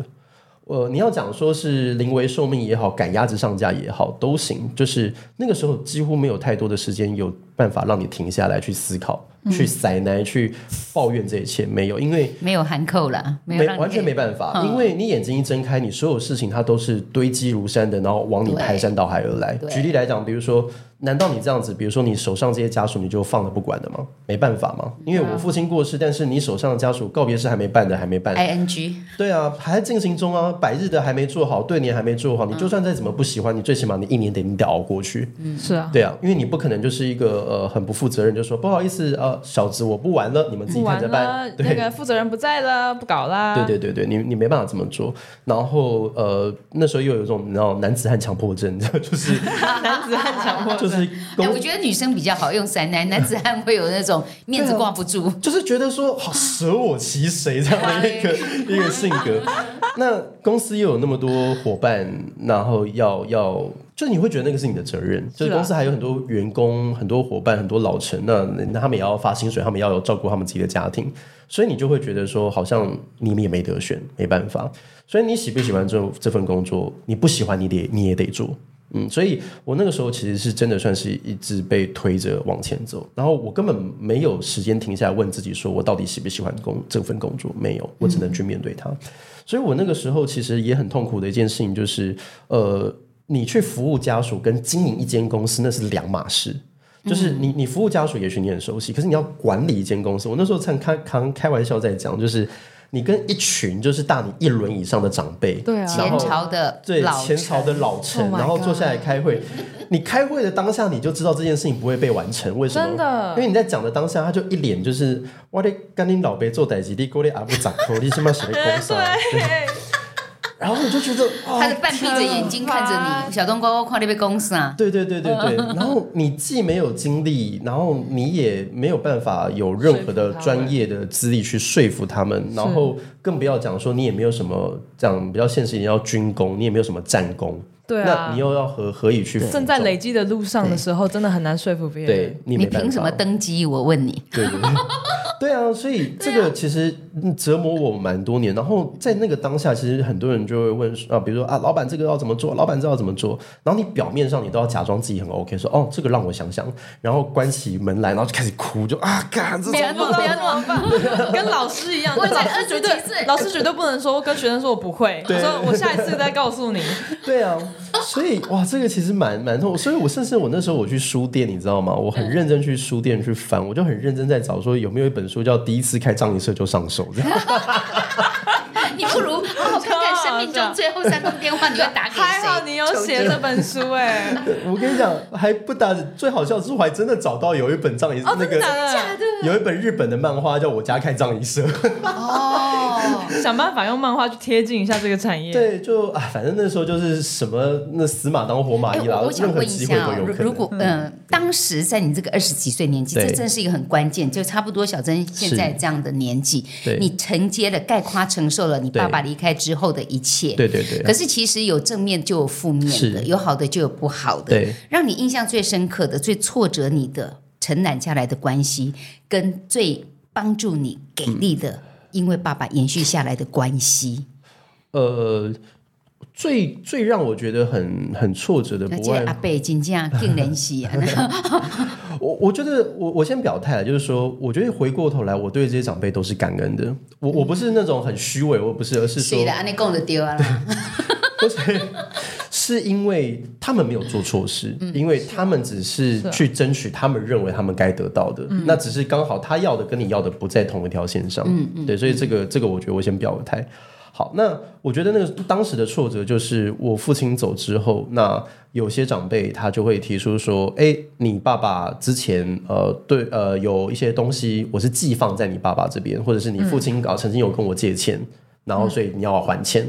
Speaker 3: 呃，你要讲说是临危受命也好，赶鸭子上架也好，都行。就是那个时候几乎没有太多的时间有办法让你停下来去思考、
Speaker 1: 嗯
Speaker 3: 去塞奶、去抱怨这一切，没有，因为
Speaker 1: 没有含扣啦，没有
Speaker 3: 没
Speaker 1: 让你嗯
Speaker 3: 完全没办法，因为你眼睛一睁开，你所有事情它都是堆积如山的，然后往你
Speaker 1: 对
Speaker 3: 排山倒海而来。
Speaker 1: 对
Speaker 3: 举例来讲，比如说难道你这样子，比如说你手上这些家属，你就放了不管了吗？没办法
Speaker 1: 嗯
Speaker 3: 吗？因为
Speaker 1: 啊
Speaker 3: 我父亲过世，但是你手上的家属告别式还没办的，还没办，
Speaker 1: I N G，
Speaker 3: 对啊，还在进行中啊，百日的还没做好，对年还没做
Speaker 4: 嗯
Speaker 3: 好，你就算再怎么不喜欢，你最起码你一年得你得熬过去，
Speaker 4: 是啊，
Speaker 3: 对啊，因为你不可能就是一个呃很不负责任，就说不好意思呃小子我不玩了，你们自己
Speaker 4: 不
Speaker 3: 看
Speaker 4: 玩
Speaker 3: 着
Speaker 4: 了
Speaker 3: 办，，对
Speaker 4: 那个负责人不在了，不搞啦。
Speaker 3: 对对对对，你你没办法这么做。然后呃，那时候又有一种你知道男子汉强迫症， 就是
Speaker 4: 男子汉强迫
Speaker 3: 就
Speaker 4: 症。
Speaker 3: 是
Speaker 1: 哎，
Speaker 3: 公
Speaker 1: 我觉得女生比较好用三奶，男 子汉会有那种面子挂不住。
Speaker 3: 就是觉得说好舍我其谁这样的一个一个性格。那公司又有那么多伙伴，然后要要，就是你会觉得那个是你的责任。就是是
Speaker 4: 啊
Speaker 3: 公司还有很多员工、很多伙伴、很多老臣，那那他们也要发薪水，他们也要有照顾他们自己的家庭，所以你就会觉得说，好像你们也没得选，没办法。所以你喜不喜欢这这份工作，你不喜欢你得你也得做。嗯，所以我那个时候其实是真的算是一直被推着往前走，然后我根本没有时间停下来问自己，说我到底喜不喜欢工这份工作？没有，我只能去面对它。所以我那个时候其实也很痛苦的一件事情就是，呃，你去服务家属跟经营一间公司那是两码事。就是你，你服务家属，也许你很熟悉，可是你要管理一间公司。我那时候常开开开玩笑在讲，就是你跟一群就是大你一轮以上的长辈，
Speaker 4: 对啊
Speaker 3: 然
Speaker 1: 前
Speaker 3: 后
Speaker 1: 朝的
Speaker 3: 对
Speaker 1: 老
Speaker 3: 前朝的老臣
Speaker 4: Oh，my
Speaker 3: 然后坐下来开会。你开会的当下，你就知道这件事情不会被完成，为什么？
Speaker 4: 真的
Speaker 3: 因为你在讲的当下，他就一脸就是我的干你老辈做代志，你过来阿不咋口，你他妈谁哎公司？啊对。然后你就觉得，哦
Speaker 1: 他的半闭着眼睛看着你，小冬瓜瓜快被公司啊！
Speaker 3: 对对对对对，然后你既没有经历，然后你也没有办法有任何的专业的资历去说服他们，然后更不要讲说你也没有什么讲比较现实一点，要军功，你也没有什么战功，
Speaker 4: 对
Speaker 3: 那
Speaker 4: 啊
Speaker 3: 你，又要何何以去服
Speaker 4: 正在
Speaker 3: 众
Speaker 4: 累积的路上的时候，真的很难说服别人。
Speaker 3: 对，你
Speaker 1: 你
Speaker 3: 没办
Speaker 1: 凭什
Speaker 3: 法
Speaker 1: 么登基？我问你，
Speaker 3: 对对对，对啊，所以这个其实嗯折磨我蛮多年。然后在那个当下，其实很多人就会问说啊，比如说啊，老板这个要怎么做？老板这要怎么做？然后你表面上你都要假装自己很 OK，说哦，这个让我想想，然后关起门来，然后就开始哭，就啊，干这
Speaker 1: 不要弄，不要弄，
Speaker 4: 弄，跟老师一样，
Speaker 1: 我才
Speaker 4: 老
Speaker 1: 二
Speaker 4: 师
Speaker 1: 十
Speaker 4: 绝
Speaker 1: 几岁
Speaker 4: 对，老师绝对不能说跟学生说我不会，我说我下一次再 告诉你。
Speaker 3: 对啊，所以哇，这个其实蛮蛮痛苦。所以我甚至我那时候我去书店，你知道吗？我很认真去书店去翻，我就很认真在找说有没有一本书叫《第一次开葬仪社就上手》这样。
Speaker 1: 你不如好好看看 生命中最后三通电话，你会打给谁？
Speaker 4: 还好你有写这本书哎，
Speaker 3: 我跟你讲，还不打最好笑的是，我还真的找到有一本葬仪、
Speaker 4: 哦，
Speaker 3: 那
Speaker 4: 真
Speaker 3: 个
Speaker 4: 的假
Speaker 3: 有一本日本的漫画叫《我家开葬仪社》，
Speaker 1: 嗯哦，
Speaker 4: 的？想办法用漫画去贴近一下这个产业。
Speaker 3: 对，就啊，反正那时候就是什么那死马当活马
Speaker 1: 哎，
Speaker 3: 医啦
Speaker 1: 我，我
Speaker 3: 任
Speaker 1: 想
Speaker 3: 何
Speaker 1: 问一
Speaker 3: 机会
Speaker 1: 下
Speaker 3: 都
Speaker 1: 哦
Speaker 3: 有可，能。
Speaker 1: 如果嗯，当时在你这个二十几岁年纪，
Speaker 3: 对
Speaker 1: 这真是一个很关键，就差不多小珍现在这样的年纪
Speaker 3: 对，
Speaker 1: 你承接了概括承受了你爸爸离开之后的一切，
Speaker 3: 对对对
Speaker 1: 可是其实有正面就有负面的，
Speaker 3: 是
Speaker 1: 有好的就有不好的。
Speaker 3: 对，
Speaker 1: 让你印象最深刻的、最挫折你的、承揽下来的关系，跟最帮助你给
Speaker 3: 嗯
Speaker 1: 力的，因为爸爸延续下来的关系，
Speaker 3: 呃，最最让我觉得很很挫折的，
Speaker 1: 而
Speaker 3: 不
Speaker 1: 且
Speaker 3: 外
Speaker 1: 阿贝真正更怜 惜啊！
Speaker 3: 我我觉得我我先表态了，啊就是说，我觉得回过头来，我对这些长辈都是感恩的。我我不是那种很虚伪，我不是，而是说
Speaker 1: 是的，安尼讲就对啊啦。
Speaker 3: 是因为他们没有做错事，因为他们只嗯是啊嗯去争取他们认为他们该得到的，那只是刚好他要的跟你要的不在同一条线上。嗯嗯，对，所以这个这个我觉得我先表个态。好，那我觉得那个当时的挫折就是我父亲走之后，那有些长辈他就会提出说，哎、你爸爸之前呃对呃有一些东西我是寄放在你爸爸这边，或者是你父亲啊、曾经有跟我借钱，然后所以你要我还钱，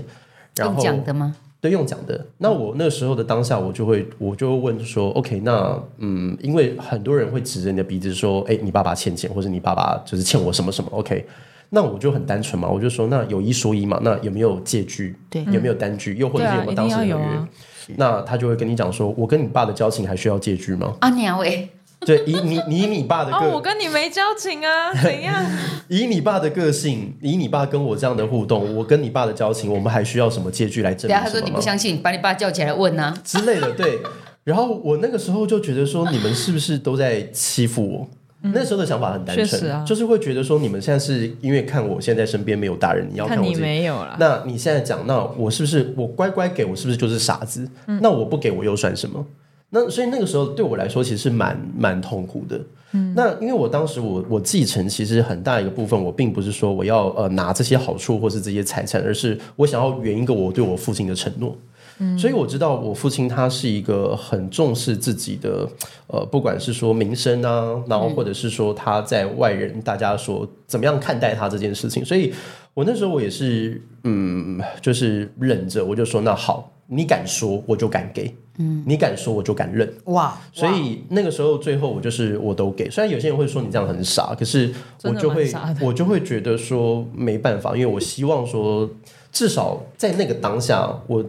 Speaker 3: 然
Speaker 1: 用
Speaker 3: 后
Speaker 1: 讲的吗？
Speaker 3: 对，用讲的。那我那时候的当下，我就会我就会问说，OK，那嗯，因为很多人会指着你的鼻子说，哎，你爸爸欠钱，或者你爸爸就是欠我什么什么，OK。那我就很单纯嘛，我就说，那有一说一嘛，那有没有借据？
Speaker 1: 对
Speaker 3: 有没有单据？又或者
Speaker 4: 对
Speaker 3: 是
Speaker 4: 啊
Speaker 3: 有没有当时合
Speaker 4: 一
Speaker 3: 约？
Speaker 4: 定要有啊
Speaker 3: 那他就会跟你讲说，我跟你爸的交情还需要借据吗？
Speaker 1: 啊娘喂，
Speaker 3: 对，以你你以你爸的个、
Speaker 4: 哦，我跟你没交情 啊，怎样？
Speaker 3: 以你爸的个性，以你爸跟我这样的互动，我跟你爸的交情，我们还需要什么借据来证
Speaker 1: 对
Speaker 3: 明
Speaker 1: 啊，他
Speaker 3: 什么吗？
Speaker 1: 说你不相信，把你爸叫起来问呐、啊。
Speaker 3: 之类的，对。然后我那个时候就觉得说，你们是不是都在欺负我？那时候的想法很单
Speaker 4: 嗯确实
Speaker 3: 纯，
Speaker 4: 啊
Speaker 3: 就是会觉得说，你们现在是因为看我现在身边没有大人，你要
Speaker 4: 看
Speaker 3: 我
Speaker 4: 你
Speaker 3: 自己。
Speaker 4: 没有啦。
Speaker 3: 那你现在讲，那我是不是我乖乖给我是不是就是傻子？那我不给我又算什么？那所以那个时候对我来说，其实蛮蛮痛苦的。嗯，那因为我当时我我继承其实很大一个部分，我并不是说我要呃拿这些好处或是这些财产，而是我想要圆一个我对我父亲的承诺。所以我知道我父亲他是一个很重视自己的，呃，不管是说名声啊，然后或者是说他在外人大家说怎么样看待他这件事情，所以我那时候我也是，嗯，就是忍着，我就说那好，你敢说我就敢给，嗯，你敢说我就敢认，
Speaker 1: 哇，
Speaker 3: 所以那个时候最后我就是我都给，虽然有些人会说你这样很傻，可是我
Speaker 4: 真的
Speaker 3: 就
Speaker 4: 蛮
Speaker 3: 会
Speaker 4: 傻的
Speaker 3: 我就会觉得说没办法，因为我希望说至少在那个当下，我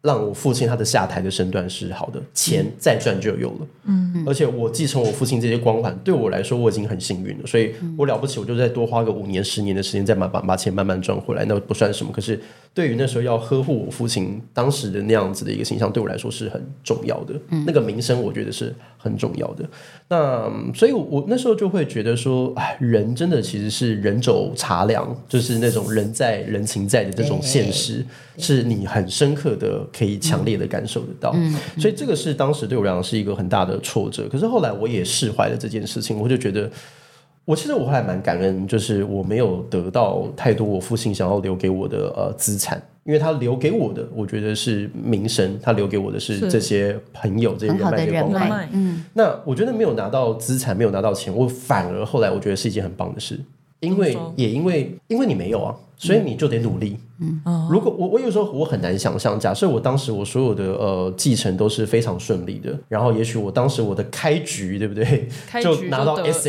Speaker 3: 让我父亲他的下台的身段是好的，钱再赚就有了。嗯，而且我继承我父亲这些光环，对我来说我已经很幸运了，所以我了不起，我就再多花个五年、十年的时间，再把把把钱慢慢赚回来，那不算什么。可是对于那时候要呵护我父亲当时的那样子的一个形象，对我来说是很重要的。那个名声，我觉得是很重要的。那嗯所以我，我那时候就会觉得说，哎，人真的其实是人走茶凉，就是那种人在人情在的这种现实，是你很深刻的可以强烈的感受得到。所以这个是当时对我来讲是一个很大的挫折。可是后来我也释怀了这件事情，我就觉得。我其实我还蛮感恩，就是我没有得到太多我父亲想要留给我的呃资产，因为他留给我的，我觉得是名声，他留给我的是
Speaker 4: 是
Speaker 3: 这些朋友、这些
Speaker 1: 很
Speaker 3: 人
Speaker 1: 好
Speaker 3: 脉、
Speaker 1: 的
Speaker 3: 这些
Speaker 1: 人
Speaker 3: 光环。
Speaker 1: 脉
Speaker 4: 脉，
Speaker 1: 嗯，
Speaker 3: 那我觉得没有拿到资产，没有拿到钱，我反而后来我觉得是一件很棒的事，因为
Speaker 4: 怎么说
Speaker 3: 也因为因为你没有啊，所以你就得努力。
Speaker 4: 嗯
Speaker 3: 如果我我有时候我很难想象，假设我当时我所有的呃继承都是非常顺利的，然后也许我当时我的开局对不对，
Speaker 4: 开局
Speaker 3: 就拿到
Speaker 4: 得得胜的感
Speaker 3: SSR 这样，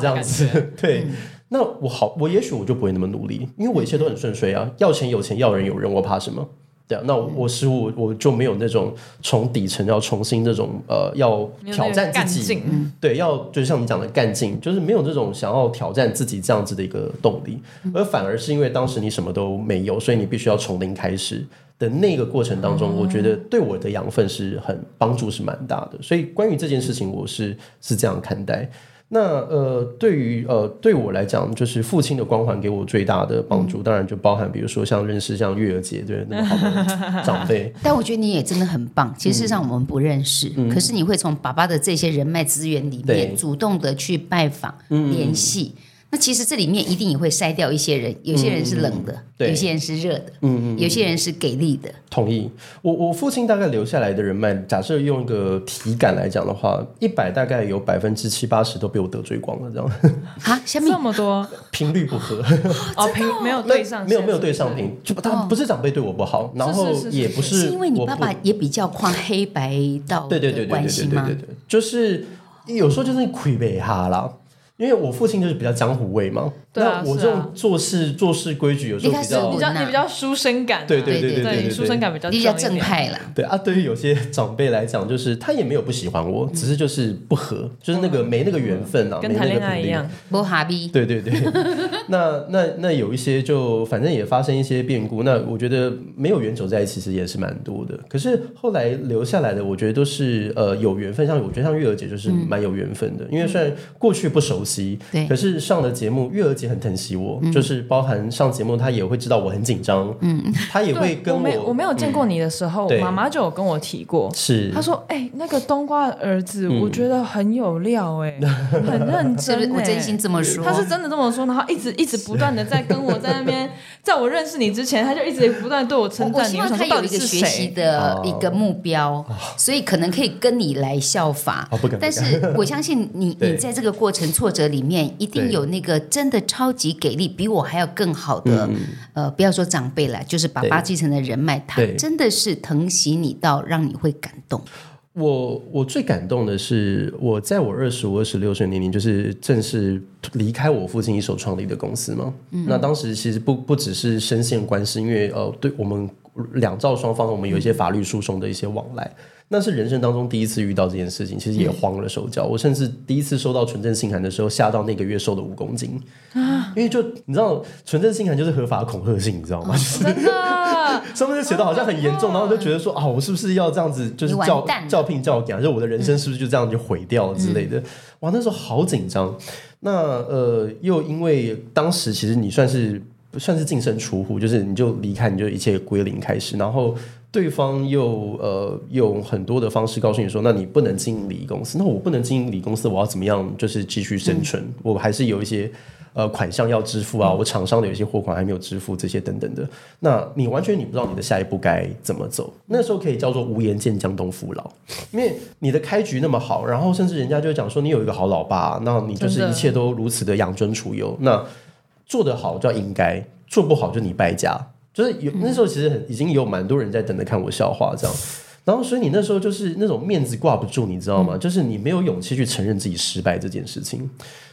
Speaker 4: 觉嗯
Speaker 3: 子， 对。那我好，我也许我就不会那么努力，因为我一切都很顺遂啊，要钱有钱，要人有人，我怕什么？对啊，那我我失误，我就没有那种从底层要重新那种呃要
Speaker 4: 没有那
Speaker 3: 挑
Speaker 4: 个
Speaker 3: 战
Speaker 4: 干
Speaker 3: 自己，嗯
Speaker 4: 劲
Speaker 3: 对，要就像你讲的干劲，就是没有这种想要挑战自己这样子的一个动力，而反而是因为当时你什么都没有，所以你必须要从零开始的那个过程当中，我觉得对我的养分是很帮助是蛮大的，所以关于这件事情，我是是这样看待。那呃，对于呃，对我来讲，就是父亲的光环给我最大的帮助，当然就包含比如说像认识像月儿姐对那么好的长辈，
Speaker 1: 但我觉得你也真的很棒。其实上我们不认识，可是你会从爸爸的这些人脉资源里
Speaker 3: 对
Speaker 1: 面主动的去拜访、联系。那其实这里面一定也会筛掉一些人，有些人是冷的，
Speaker 3: 对
Speaker 1: 有些人是热的，有些人是给力的。
Speaker 3: 同意。我我父亲大概留下来的人脉，假设用一个体感来讲的话，一百大概有百分之七八十都被我得罪光了，这样
Speaker 1: 哈，下面
Speaker 4: 这么多
Speaker 3: 频率不合，
Speaker 4: 哦，平没有对上，
Speaker 3: 没有没有对上频，就他不是长辈对我不好，然后
Speaker 4: 是是是
Speaker 3: 也不
Speaker 1: 是因为你
Speaker 3: 我
Speaker 1: 爸
Speaker 3: 不
Speaker 1: 爸也比较跨黑白道
Speaker 3: 对对对
Speaker 1: 的
Speaker 3: 对对
Speaker 1: 关
Speaker 3: 对
Speaker 1: 系
Speaker 3: 对对
Speaker 1: 吗
Speaker 3: 对？对，就是有时候就是魁北哈啦。因为我父亲就是比较江湖味嘛，
Speaker 4: 对啊
Speaker 3: 那我
Speaker 4: 是
Speaker 3: 这
Speaker 4: 啊
Speaker 3: 种做事、做事规矩有时
Speaker 1: 你
Speaker 3: 候
Speaker 1: 看
Speaker 3: 比
Speaker 1: 是
Speaker 3: 较
Speaker 4: 你比较你比较书生感啊，
Speaker 3: 对对
Speaker 1: 对对对
Speaker 4: 对，
Speaker 3: 对
Speaker 4: 哦你书生感比较
Speaker 1: 比较
Speaker 4: 重一
Speaker 1: 正
Speaker 4: 点，
Speaker 1: 派啦。
Speaker 3: 对啊，对于有些长辈来讲，就是他也没有不喜欢我，只是就是不合，就是那个没那个缘分啊，
Speaker 4: 嗯跟
Speaker 3: 没
Speaker 4: 谈
Speaker 3: 那个
Speaker 4: 恋爱
Speaker 3: 频
Speaker 4: 一
Speaker 3: 率。
Speaker 4: 样，
Speaker 1: 不哈比，
Speaker 3: 对对对，那那那有一些就反正也发生一些变故，那我觉得没有缘走在一起其实也是蛮多的。可是后来留下来的，我觉得都是呃有缘分，像我觉得像月儿姐就是
Speaker 4: 嗯
Speaker 3: 蛮有缘分的，因为虽然过去不熟悉，
Speaker 1: 对
Speaker 3: 可是上了节目，月儿姐很疼惜我，
Speaker 4: 嗯
Speaker 3: 就是包含上节目她也会知道我很紧张，嗯，她也
Speaker 4: 对
Speaker 3: 会跟嗯
Speaker 4: 我没我没有见过你的时候，
Speaker 3: 对
Speaker 4: 妈妈就有跟我提过，
Speaker 3: 是
Speaker 4: 她说：“哎、那个冬瓜的儿子，
Speaker 3: 嗯
Speaker 4: 我觉得很有料、 哎，很认真、
Speaker 1: 是不是？我
Speaker 4: 哎
Speaker 1: 真心。”这么说，
Speaker 4: 他是真的这么说，然后一直一直不断的在跟我在那 边，在我认识你之前，他就一直不断地对我称
Speaker 1: 我我
Speaker 4: 赞
Speaker 1: 希
Speaker 4: 你。
Speaker 1: 望
Speaker 4: 想
Speaker 1: 他
Speaker 4: 说到
Speaker 1: 有
Speaker 4: 底
Speaker 1: 一个
Speaker 4: 是
Speaker 1: 学习
Speaker 4: 谁？
Speaker 1: 的
Speaker 3: 哦
Speaker 1: 一个目标，所以可能可以跟你来效法。
Speaker 3: 哦不敢不敢
Speaker 1: 但 是我相信你，
Speaker 3: 对
Speaker 1: 你在这个过程挫折里面，一定
Speaker 3: 对
Speaker 1: 有那个真的超级给力，比我还要更好的。呃，不要说长辈了，就是爸爸
Speaker 3: 嗯对
Speaker 1: 继承的人脉，他
Speaker 3: 对
Speaker 1: 真的是疼惜你到让你会感动。
Speaker 3: 我我最感动的是，我在我二十五、二十六岁年龄，就是正式离开我父亲一手创立的公司嘛。那当时其实不不只是深陷官司，因为呃，对我们两造双方，我们有一些法律诉讼的一些往来。那是人生当中第一次遇到这件事情，其实也慌了手脚。我甚至第一次收到纯正信函的时候，吓到那个月瘦了五公斤啊！因为就你知道，纯正信函就是合法恐吓信，你知道吗？
Speaker 4: 真的，
Speaker 3: 上面就写的好像很严重，然后就觉得说啊，我是不是要这样子，就
Speaker 1: 嗯
Speaker 3: 是
Speaker 1: 你完
Speaker 3: 教
Speaker 1: 蛋了嗯
Speaker 3: 教聘教养，就我的人生是不是就这样就毁掉了之类的？哇，那时候好紧张。那呃，又因为当时其实你算是算是净身出户，就是你就离开，你就一切归零开始，然后对方又呃用很多的方式告诉你说，那你不能经营礼仪公司，那我不能经营礼仪公司，我要怎么样就是继续生存？
Speaker 1: 嗯
Speaker 3: 我还是有一些。呃，款项要支付啊，
Speaker 4: 嗯
Speaker 3: 我厂商的有些货款还没有支付，这些等等的。那你完全你不知道你的下一步该怎么走，那时候可以叫做无颜见江东父老，因为你的开局那么好，然后甚至人家就会讲说你有一个好老爸，那你就是
Speaker 4: 真
Speaker 3: 一
Speaker 4: 的
Speaker 3: 切都如此的养尊处优，那做得好叫应该，做不好就你败家。就是有
Speaker 4: 嗯
Speaker 3: 那时候其实很已经有蛮多人在等着看我笑话这样，然后所以你那时候就是那种面子挂不住，你知道
Speaker 4: 嗯
Speaker 3: 吗？就是你没有勇气去承认自己失败这件事情。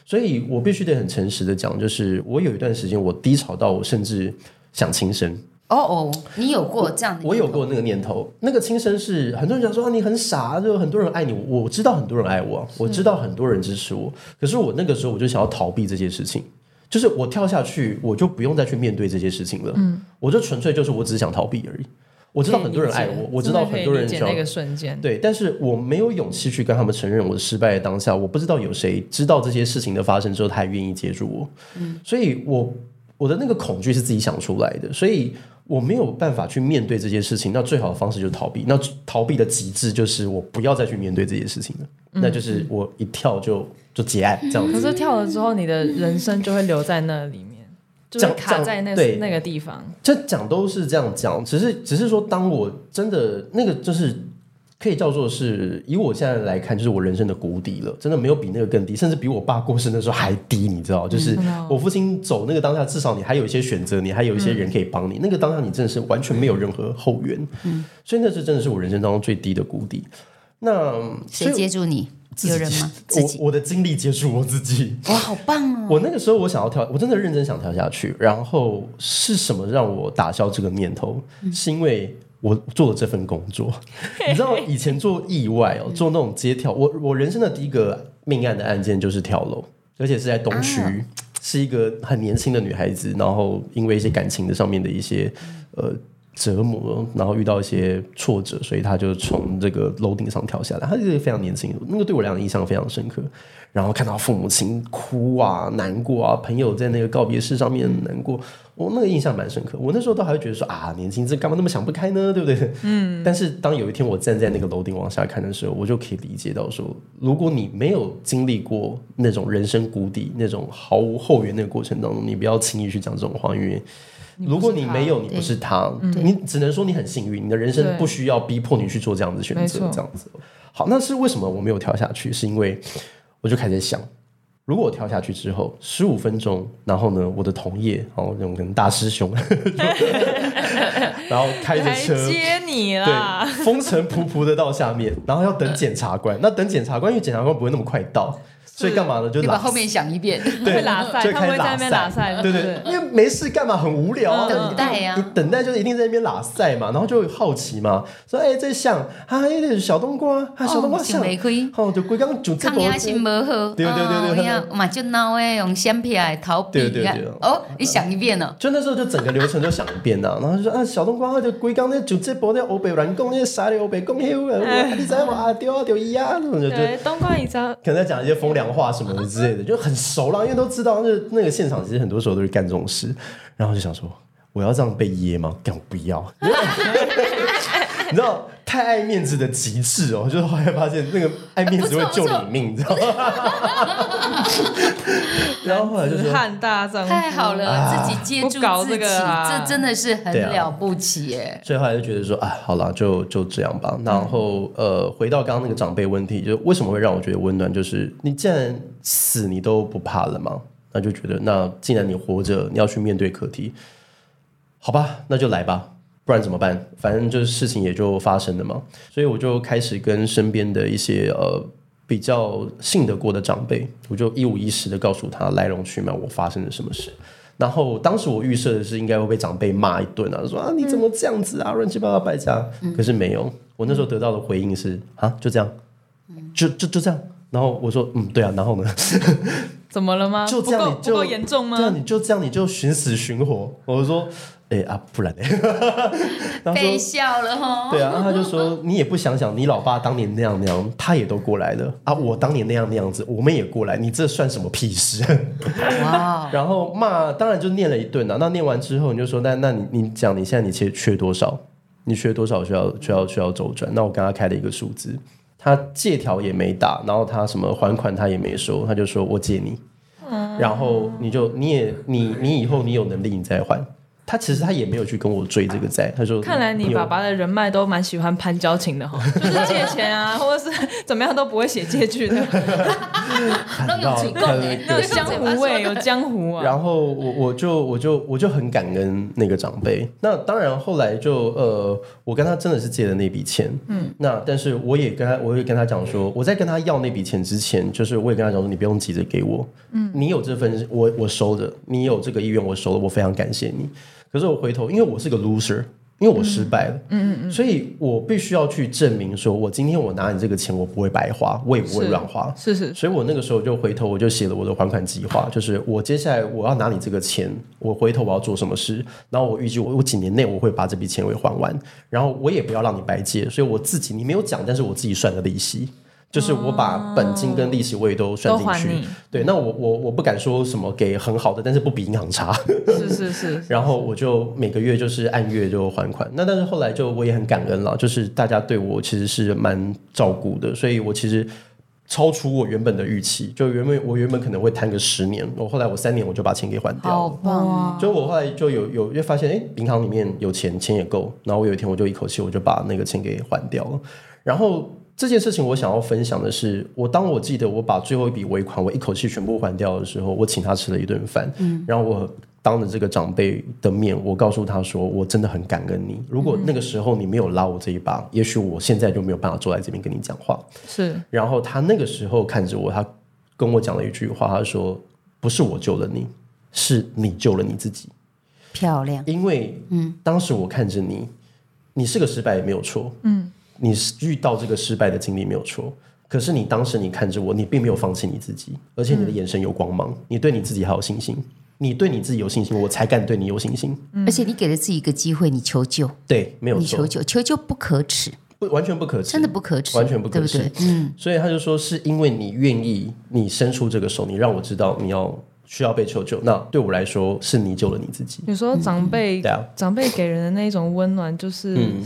Speaker 3: 所以我必须得很诚实的讲，就是我有一段时间我低潮到我甚至想轻生，
Speaker 1: 哦哦，你有过这样的？
Speaker 3: 我有。过那个念头。那个轻生是很多人讲说啊你很傻，就很多人爱你，我我知道很多人爱我，我知道很多人支持我，可是我那个时候我就想要逃避这些事情。就是我跳下去，我就不用再去面对这些事情了。嗯，我就纯粹就是我只是想逃避而已。我知道很多人爱
Speaker 4: 可以理
Speaker 3: 我
Speaker 4: 解，
Speaker 3: 我知
Speaker 4: 真
Speaker 3: 道
Speaker 4: 的可
Speaker 3: 很
Speaker 4: 以
Speaker 3: 多人
Speaker 4: 理解
Speaker 3: 想
Speaker 4: 那个瞬间，
Speaker 3: 对，但是我没有勇气去跟他们承认我的失败的当下，我不知道有谁知道这些事情的发生之后，他还愿意接住我，所以我我的那个恐惧是自己想出来的，所以我没有办法去面对这些事情。那最好的方式就是逃避，那逃避的极致就是我不要再去面对这些事情了，那就是我一跳就就结案这样
Speaker 4: 可
Speaker 3: 子。
Speaker 4: 是跳了之后，你的人生就会留在那里面，就是
Speaker 3: 讲
Speaker 4: 卡在那
Speaker 3: 讲对
Speaker 4: 那个地方。
Speaker 3: 这讲都是这样讲，只是只是说，当我真的那个就是可以叫做是，以我现在来看，就是我人生的谷底了，真的没有比那个更低，甚至比我爸过世的时候还低，你知道？
Speaker 1: 嗯
Speaker 3: 就是我父亲走那个当下，至少你还有一些选择，你还有一些人可以帮你。那个当下，你真的是完全没有任何后援，
Speaker 1: 嗯
Speaker 3: 所以那是真的是我人生当中最低的谷底。那所
Speaker 1: 谁
Speaker 3: 以
Speaker 1: 接住你？
Speaker 3: 自己
Speaker 1: 有人吗？自己。
Speaker 3: 我我的经历接触我自己，
Speaker 1: 哇，好棒哦！
Speaker 3: 我那个时候我想要跳，我真的认真想跳下去。然后是什么让我打消这个念头？
Speaker 1: 嗯
Speaker 3: 是因为我做了这份工作。 你知道以前做意外哦，做那种街跳，我我人生的第一个命案的案件就是跳楼，而且是在东区。
Speaker 1: 啊
Speaker 3: 是一个很年轻的女孩子，然后因为一些感情的上面的一些呃折磨，然后遇到一些挫折，所以她就从这个楼顶上跳下来。她是一个非常年轻，那个对我来讲印象非常深刻。然后看到父母亲哭啊、难过啊，朋友在那个告别式上面难过，我那个印象蛮深刻。我那时候倒还会觉得说啊，年轻这干嘛那么想不开呢，对不对？嗯。但是当有一天我站在那个楼顶往下看的时候，我就可以理解到说，如果你没有经历过那种人生谷底、那种毫无后援的过程当中，你不要轻易去讲这种话，因为。如果你没有，你不是他，你只能说你很幸运，你的人生
Speaker 4: 对
Speaker 3: 不需要逼迫你去做这样的选
Speaker 4: 没
Speaker 3: 择
Speaker 4: 错，
Speaker 3: 这样子。好，那是为什么我没有跳下去？是因为我就开始想，如果我跳下去之后十五分钟，然后呢，我的同业哦，那种可能大师兄， 然后开着
Speaker 4: 来
Speaker 3: 车。
Speaker 4: 接你啦！
Speaker 3: 对，风尘仆仆的到下面，然后要等检察官。那等检察官，因为检察官不会那么快到，所以干嘛呢？就
Speaker 1: 你把
Speaker 3: 拉
Speaker 1: 后面想一遍，
Speaker 3: 对
Speaker 4: 会拉塞
Speaker 3: 就
Speaker 4: 他
Speaker 3: 开
Speaker 4: 会
Speaker 3: 始
Speaker 4: 在
Speaker 3: 拉
Speaker 4: 那边
Speaker 3: 塞
Speaker 4: 拉塞
Speaker 3: 对
Speaker 4: 对
Speaker 3: 因为没事干嘛，很无聊啊，
Speaker 4: 嗯
Speaker 1: 等待呀
Speaker 3: 你等待就是一定在那边拉塞嘛，然后就会好奇嘛，说哎，这像啊，有点小冬瓜啊，小冬
Speaker 1: 哦
Speaker 3: 瓜，
Speaker 1: 想
Speaker 3: 像，
Speaker 1: 袂开。
Speaker 3: 哦，就规刚煮这
Speaker 1: 抗压性无好，
Speaker 3: 对对对对对
Speaker 1: 呀，嘛就闹诶，用相片来逃避，
Speaker 3: 对对对
Speaker 1: 你看哦，你想一遍哦，
Speaker 3: 就那时候就整个流程都想一遍呐、然后就说啊，小冬瓜啊就规刚那就这波那欧北软供那啥的欧北供黑我啊你知道我啊丢啊丢一啊，那种就就
Speaker 4: 对，冬瓜一张
Speaker 3: 可能在讲一些风凉话什么的之类的，就很熟啦，因为都知道，就是那个现场其实很多时候都是干这种事，然后就想说，我要这样被噎吗？干我不要，你知道太爱面子的极致哦，就是后来发现那个爱面子会救你命，你知道吗？ 然后后来就
Speaker 4: 子
Speaker 3: 说，
Speaker 4: 汉大丈夫，
Speaker 1: 太好了，自己接住
Speaker 4: 嗯不搞
Speaker 1: 自
Speaker 4: 这
Speaker 1: 己，
Speaker 4: 个啊
Speaker 1: 这真的是很
Speaker 3: 对啊
Speaker 1: 了不起耶。
Speaker 3: 所以后来就觉得说，啊，好了，就就这样吧。然后呃，回到刚刚那个长辈问题，就为什么会让我觉得温暖，就是你既然死你都不怕了嘛，那就觉得那既然你活着，你要去面对课题，好吧，那就来吧。不然怎么办？反正就是事情也就发生了嘛，所以我就开始跟身边的一些呃比较信得过的长辈，我就一五一十的告诉他来龙去脉，我发生了什么事。然后当时我预设的是应该会被长辈骂一顿啊，说啊你怎么这样子啊，乱七八糟败家。可是没有，我那时候得到的回应是啊就这样，就就就这样。然后我说嗯对啊，然后呢？
Speaker 4: 嗯怎么了吗？
Speaker 3: 就
Speaker 4: 不
Speaker 3: 这样
Speaker 4: 够
Speaker 3: 你
Speaker 4: 不
Speaker 3: 就
Speaker 4: 够严重
Speaker 3: 对啊，
Speaker 4: 吗？
Speaker 3: 你就这样，你就寻死寻活。我就说，哎、哎啊，不然嘞， 然后
Speaker 1: 被
Speaker 3: 说。
Speaker 1: 笑了哈。
Speaker 3: 对啊，然后他就说你也不想想，你老爸当年那样那样，他也都过来了啊，我当年那样那样子，我们也过来，你这算什么屁事？
Speaker 4: 哦
Speaker 1: 哇，
Speaker 3: 然后骂，当然就念了一顿啊。那念完之后，你就说，那那你你讲你现在你缺缺多少？你缺多少需要需要需要周转？那我跟他开了一个数字，他借条也没打，然后他什么还款他也没收，他就说我借你，
Speaker 4: 嗯
Speaker 3: 然后你就你也你你以后你有能力你再还。他其实他也没有去跟我追这个债，他说
Speaker 4: 看来你
Speaker 3: 有
Speaker 4: 爸爸的人脉都蛮喜欢攀交情 的哈，就是借钱啊，或者是怎么样都不会写借据的，
Speaker 1: 那有嘴供哎，
Speaker 4: 有
Speaker 1: 那
Speaker 4: 江湖味，有江湖啊。
Speaker 3: 然后我我就我就我就很感恩那个长辈。那当然后来就呃，我跟他真的是借了那笔钱，嗯，那但是我也跟他我也跟他讲说，我在跟他要那笔钱之前，就是我也跟他讲说，你不用急着给我，嗯，你有这份我我收着，你有这个意愿我收了，我非常感谢你。可是我回头，因为我是个 loser。因为我失败了，嗯嗯嗯，所以我必须要去证明，说我今天我拿你这个钱，我不会白花，我也不会
Speaker 4: 是
Speaker 3: 乱花，
Speaker 4: 是是，
Speaker 3: 所以我那个时候就回头我就写了我的还款计划，就是我接下来我要拿你这个钱，我回头我要做什么事，然后我预计我我几年内我会把这笔钱给还完，然后我也不要让你白借，所以我自己你没有讲，但是我自己算了利息。就是我把本金跟利息我也都算进
Speaker 4: 啊都还
Speaker 3: 去
Speaker 4: 你，
Speaker 3: 对，那我我我不敢说什么给很好的，但是不比银行差，
Speaker 4: 是是 是，
Speaker 3: 然后我就每个月就是按月就还款。那但是后来就我也很感恩了，就是大家对我其实是蛮照顾的，所以我其实超出我原本的预期。就原本我原本可能会摊个十年，我后来我三年我就把钱给还掉
Speaker 1: 好
Speaker 3: 了。
Speaker 1: 棒啊！
Speaker 3: 就我后来就有有就发现，哎，银行里面有钱，钱也够。然后我有一天我就一口气我就把那个钱给还掉了。然后这件事情我想要分享的是，我当我记得我把最后一笔尾款我一口气全部还掉的时候，我请他吃了一顿饭，然后我当着这个长辈的面，我告诉他说，我真的很感恩你。如果那个时候你没有拉我这一把，也许我现在就没有办法坐在这边跟你讲话。
Speaker 4: 是
Speaker 3: 然后他那个时候看着我，他跟我讲了一句话，他说：“不是我救了你，是你救了你自己。”
Speaker 1: 漂亮，
Speaker 3: 因为嗯，当时我看着你，你是个失败也没有错，嗯，你是遇到这个失败的经历没有错。可是你当时你看着我，你并没有放弃你自己，而且你的眼神有光芒，
Speaker 1: 嗯
Speaker 3: 你对你自己还有信心，你对你自己有信心，我才敢对你有信心。
Speaker 4: 嗯
Speaker 1: 而且你给了自己一个机会，你求救，
Speaker 3: 对，没有
Speaker 1: 你求
Speaker 3: 错，
Speaker 1: 救，求救不可耻，
Speaker 3: 不完全不可
Speaker 1: 真
Speaker 3: 耻
Speaker 1: 的。不可耻，
Speaker 3: 完全不可耻
Speaker 1: 对不对？嗯，
Speaker 3: 所以他就说，是因为你愿意，你伸出这个手，你让我知道你要需要被求救。那对我来说，是你救了你自己。
Speaker 4: 你说长辈
Speaker 3: 嗯对啊，
Speaker 4: 长辈给人的那种温暖，就是
Speaker 3: 嗯，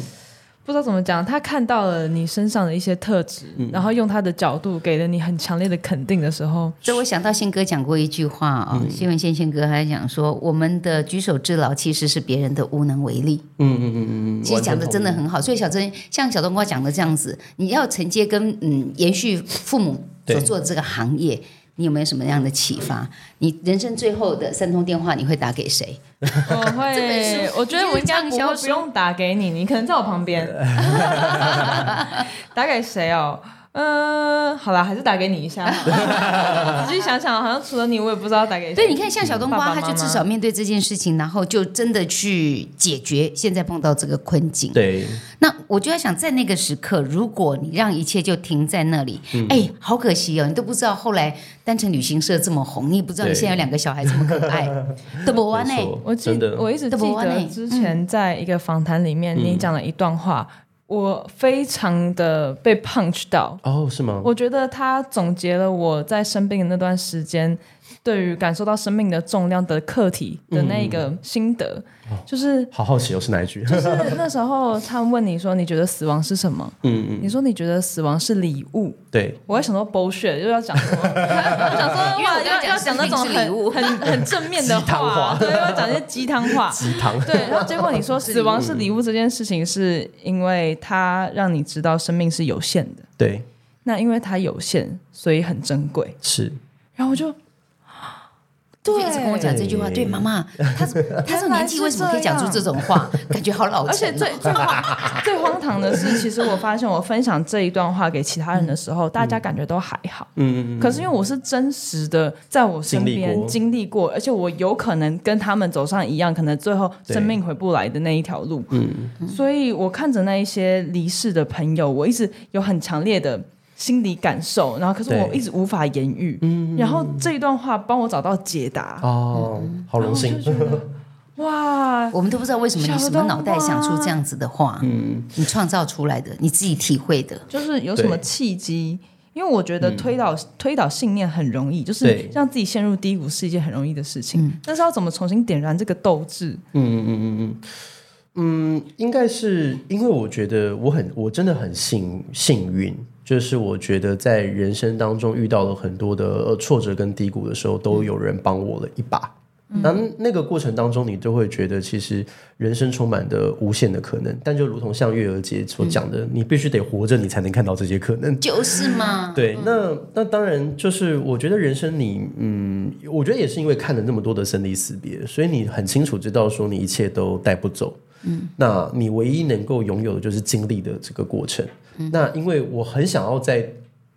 Speaker 4: 不知道怎么讲，他看到了你身上的一些特质，
Speaker 3: 嗯
Speaker 4: 然后用他的角度给了你很强烈的肯定的时候，
Speaker 1: 这我想到宪哥讲过一句话啊、谢文宪宪哥还讲说，我们的举手之劳其实是别人的无能为力。嗯嗯嗯嗯，其实讲的真的很好。所以小珍像小冬瓜讲的这样子，你要承接跟嗯延续父母所
Speaker 3: 对
Speaker 1: 做的这个行业。你有没有什么样的启发？你人生最后的三通电话，你会打给谁？
Speaker 4: 我会，我觉得我应该不
Speaker 1: 这本
Speaker 4: 会
Speaker 1: 书
Speaker 4: 不用打给你，你可能在我 旁边。打给谁哦？嗯，好啦，还是打给你 一下好了。仔细想想，好像除了你，我也不知道打给谁。
Speaker 1: 对，你看像小冬瓜，
Speaker 4: 哎嗯爸爸妈
Speaker 1: 他
Speaker 4: 妈
Speaker 1: 就至少面对这件事情，然后就真的去解决现在碰到这个困境。
Speaker 3: 对，
Speaker 1: 那我就在想，在那个时刻，如果你让一切就停在那里，
Speaker 3: 嗯
Speaker 1: 哎、好可惜哦，你都不知道后来单程旅行社这么红，你也不知道你
Speaker 3: 对
Speaker 1: 现在有两个小孩这么可爱，对不完呢？
Speaker 3: 没错
Speaker 4: 我记
Speaker 3: 真的，嗯
Speaker 4: 我一直
Speaker 1: 都
Speaker 4: 记
Speaker 1: 不完
Speaker 4: 得
Speaker 1: 欸
Speaker 4: 之前在一个访谈里面，你讲了一段话，我非常的被 punch 到。
Speaker 3: 哦，是吗？
Speaker 4: 我觉得他总结了我在生病的那段时间，对于感受到生命的重量的课题的那一
Speaker 3: 嗯
Speaker 4: 个心得，就是
Speaker 3: 好好奇哦，是哪一句？
Speaker 4: 就是那时候他问你说你觉得死亡是什么？
Speaker 3: 嗯嗯，
Speaker 4: 你说你觉得死亡是礼物，
Speaker 3: 对。
Speaker 4: 我在想说 bullshit 又要讲什么？我想 说
Speaker 1: 因为我
Speaker 4: 哇，
Speaker 1: 刚刚
Speaker 4: 要
Speaker 1: 讲
Speaker 4: 要讲那种
Speaker 1: 生命是礼物
Speaker 4: 很很很正面的
Speaker 3: 鸡汤
Speaker 4: 话，
Speaker 3: 话
Speaker 4: 对，要讲一些鸡汤话。
Speaker 3: 鸡汤。
Speaker 4: 对，然后结果你说死亡是礼物这件事情，是因为它让你知道生命是有限的。
Speaker 3: 对，
Speaker 4: 那因为它有限，所以很珍贵。
Speaker 3: 是
Speaker 4: 然后我就
Speaker 1: 就一直跟我讲这句话，
Speaker 3: 对
Speaker 1: 对妈妈， 他他这
Speaker 4: 原
Speaker 1: 种
Speaker 4: 来
Speaker 1: 年纪
Speaker 4: 是
Speaker 1: 为什么可以
Speaker 4: 这样
Speaker 1: 讲出这种话？感觉好老
Speaker 4: 而
Speaker 1: 成哦、
Speaker 4: 且最最荒 最荒唐的是，其实我发现我分享这一段话给其他人的时候，大家感觉都还好。嗯，可是因为我是真实的在我身
Speaker 3: 经历
Speaker 4: 边
Speaker 3: 过
Speaker 4: 经历过，而且我有可能跟他们走上一样，可能最后
Speaker 3: 对
Speaker 4: 生命回不来的那一条路。嗯，所以我看着那一些离世的朋友，我一直有很强烈的。心理感受，然后可是我
Speaker 3: 对
Speaker 4: 一直无法言嗯哦嗯语，然后这一段话帮我找到解答，
Speaker 3: 哦，好荣幸。
Speaker 4: 哇，
Speaker 1: 我们都不知道为什么你
Speaker 4: 小啊
Speaker 1: 什么脑袋
Speaker 4: 冬瓜
Speaker 1: 想出这样子的话，嗯，你创造出来的，你自己体会的，
Speaker 4: 就是有什么
Speaker 3: 对嗯
Speaker 4: 契机？因为我觉得推导、推导信念很容易，就是
Speaker 3: 对嗯
Speaker 4: 让自己陷入低谷是一件很容易的事情。但是要怎么重新点燃这个斗志？
Speaker 3: 嗯应该是因为我觉得我很我真的很幸幸运，就是我觉得在人生当中遇到了很多的呃挫折跟低谷的时候，
Speaker 4: 嗯
Speaker 3: 都有人帮我了一把。那那个过程当中，你就会觉得其实人生充满的无限的可能，但就如同像月儿姐
Speaker 4: 嗯
Speaker 3: 所讲的，你必须得活着，你才能看到这些可能。
Speaker 1: 就是嘛。
Speaker 3: 对，那那当然就是，我觉得人生你，嗯，我觉得也是因为看了那么多的生离死别，所以你很清楚知道说你一切都带不走。嗯，那你唯一能够拥有的就是经历的这个过程。那因为我很想要再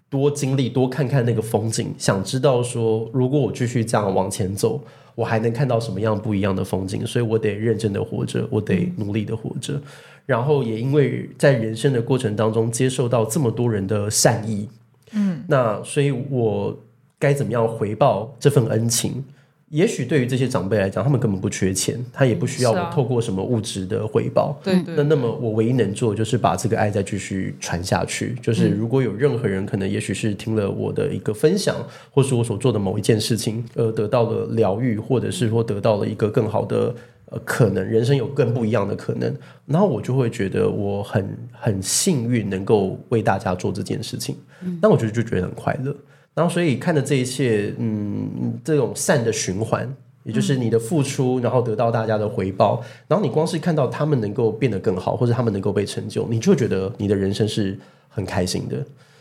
Speaker 3: 多经历、多看看那个风景，想知道说，如果我继续这样往前走，我还能看到什么样不一样的风景？所以我得认真的活着，我得努力的活着。然后也因为在人生的过程当中，接受到这么多人的善意，嗯，那所以我该怎么样回报这份恩情？也许对于这些长辈来讲，他们根本不缺钱，他也不需要
Speaker 4: 是啊
Speaker 3: 我透过什么物质的回报。
Speaker 4: 对嗯对
Speaker 3: 那那么我唯一能做的就是把这个爱再继续传下去。就是
Speaker 4: 嗯
Speaker 3: 如果有任何人可能，也许是听了我的一个分享，或是我所做的某一件事情，呃，得到了疗愈，或者是说得到了一个更好的呃可能，人生有更不一样的可能，然后我就会觉得我很很幸运能够为大家做这件事情，
Speaker 4: 嗯
Speaker 3: 那我就就觉得很快乐。然后所以看着这一切，嗯，这种善的循环。也就是你的付出，然后得到大家的回报，然后你光是看到他们能够变得更好，或者他们能够被成就，你就会觉得你的人生是很开心的。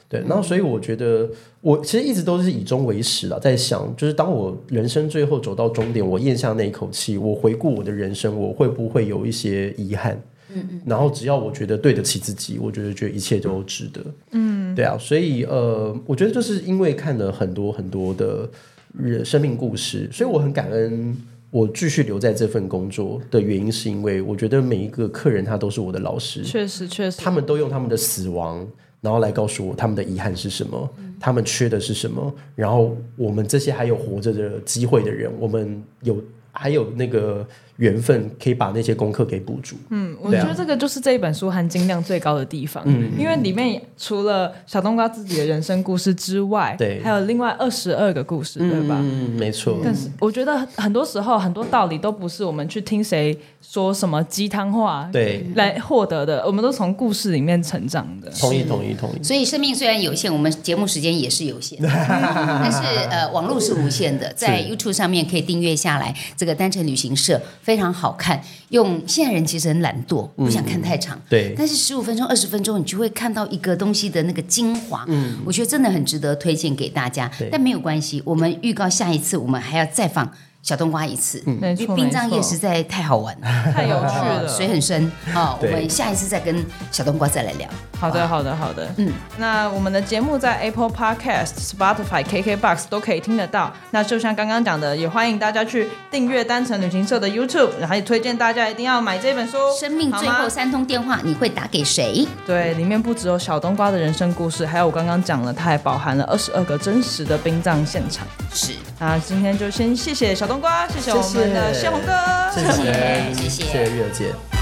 Speaker 3: 对，然后所以我觉得，我其实一直都是以终为始啊，在想，就是当我人生最后走到终点，我咽下那一口气，我回顾我的人生，我会不会有一些遗憾？嗯嗯。然后只要我觉得对得起自己，我觉得觉得一切都值得。嗯，对啊，所以呃，我觉得就是因为看了很多很多的人生命故事，所以我很感恩。我继续留在这份工作的原因，是因为我觉得每一个客人他都是我的老师，
Speaker 4: 确实确实，
Speaker 3: 他们都用他们的死亡，然后来告诉我他们的遗憾是什么，他们缺的是什么，然后我们这些还有活着的机会的人，我们有还有那个缘分可以把那些功课给补足。
Speaker 4: 嗯，我
Speaker 3: 对啊嗯
Speaker 4: 觉得这个就是这一本书含金量最高的地方，因为里面除了小冬瓜自己的人生故事之外，
Speaker 3: 对
Speaker 4: 还有另外二十二个故事，对吧？
Speaker 3: 嗯，没错。
Speaker 4: 但是我觉得很多时候很多道理都不是我们去听谁说什么鸡汤话
Speaker 3: 对，
Speaker 4: 来获得的，我们都从故事里面成长的。
Speaker 3: 同意，同意，同意。
Speaker 1: 所以生命虽然有限，我们节目时间也是有限，但是呃，网络是无限的，在 YouTube 上面可以订阅下来。这个单程旅行社非常好看，用现在人其实很懒惰，不想看太长，
Speaker 3: 对，
Speaker 1: 但是十五分钟、二十分钟，你就会看到一个东西的那个精华。嗯，我觉得真的很值得推荐给大家
Speaker 3: 对。
Speaker 1: 但没有关系，我们预告下一次，我们还要再放小冬瓜一次。嗯，
Speaker 4: 没
Speaker 1: 因
Speaker 4: 错，
Speaker 1: 为殡葬
Speaker 4: 没
Speaker 1: 业
Speaker 4: 错
Speaker 1: 实在太好玩了，
Speaker 4: 太有趣 了。
Speaker 1: 水很深啊、我
Speaker 3: 对
Speaker 1: 们下一次再跟小冬瓜再来聊。
Speaker 4: 好的，好的，好的。嗯，那我们的节目在 Apple Podcast、Spotify、KKBox 都可以听得到。那就像刚刚讲的，也欢迎大家去订阅单程旅行社的 YouTube，然后也推荐大家一定要买这本书。
Speaker 1: 生命最
Speaker 4: 好
Speaker 1: 后
Speaker 4: 吗
Speaker 1: 三通电话，你会打给谁？
Speaker 4: 对，里面不只有小冬瓜的人生故事，还有我刚刚讲了，它还包含了二十二个真实的殡葬现场。
Speaker 1: 是，
Speaker 4: 那今天就先谢谢小冬瓜，谢谢我们的
Speaker 3: 谢谢
Speaker 4: 谢红哥，
Speaker 3: 谢谢，
Speaker 1: 谢谢
Speaker 3: 谢谢月姐。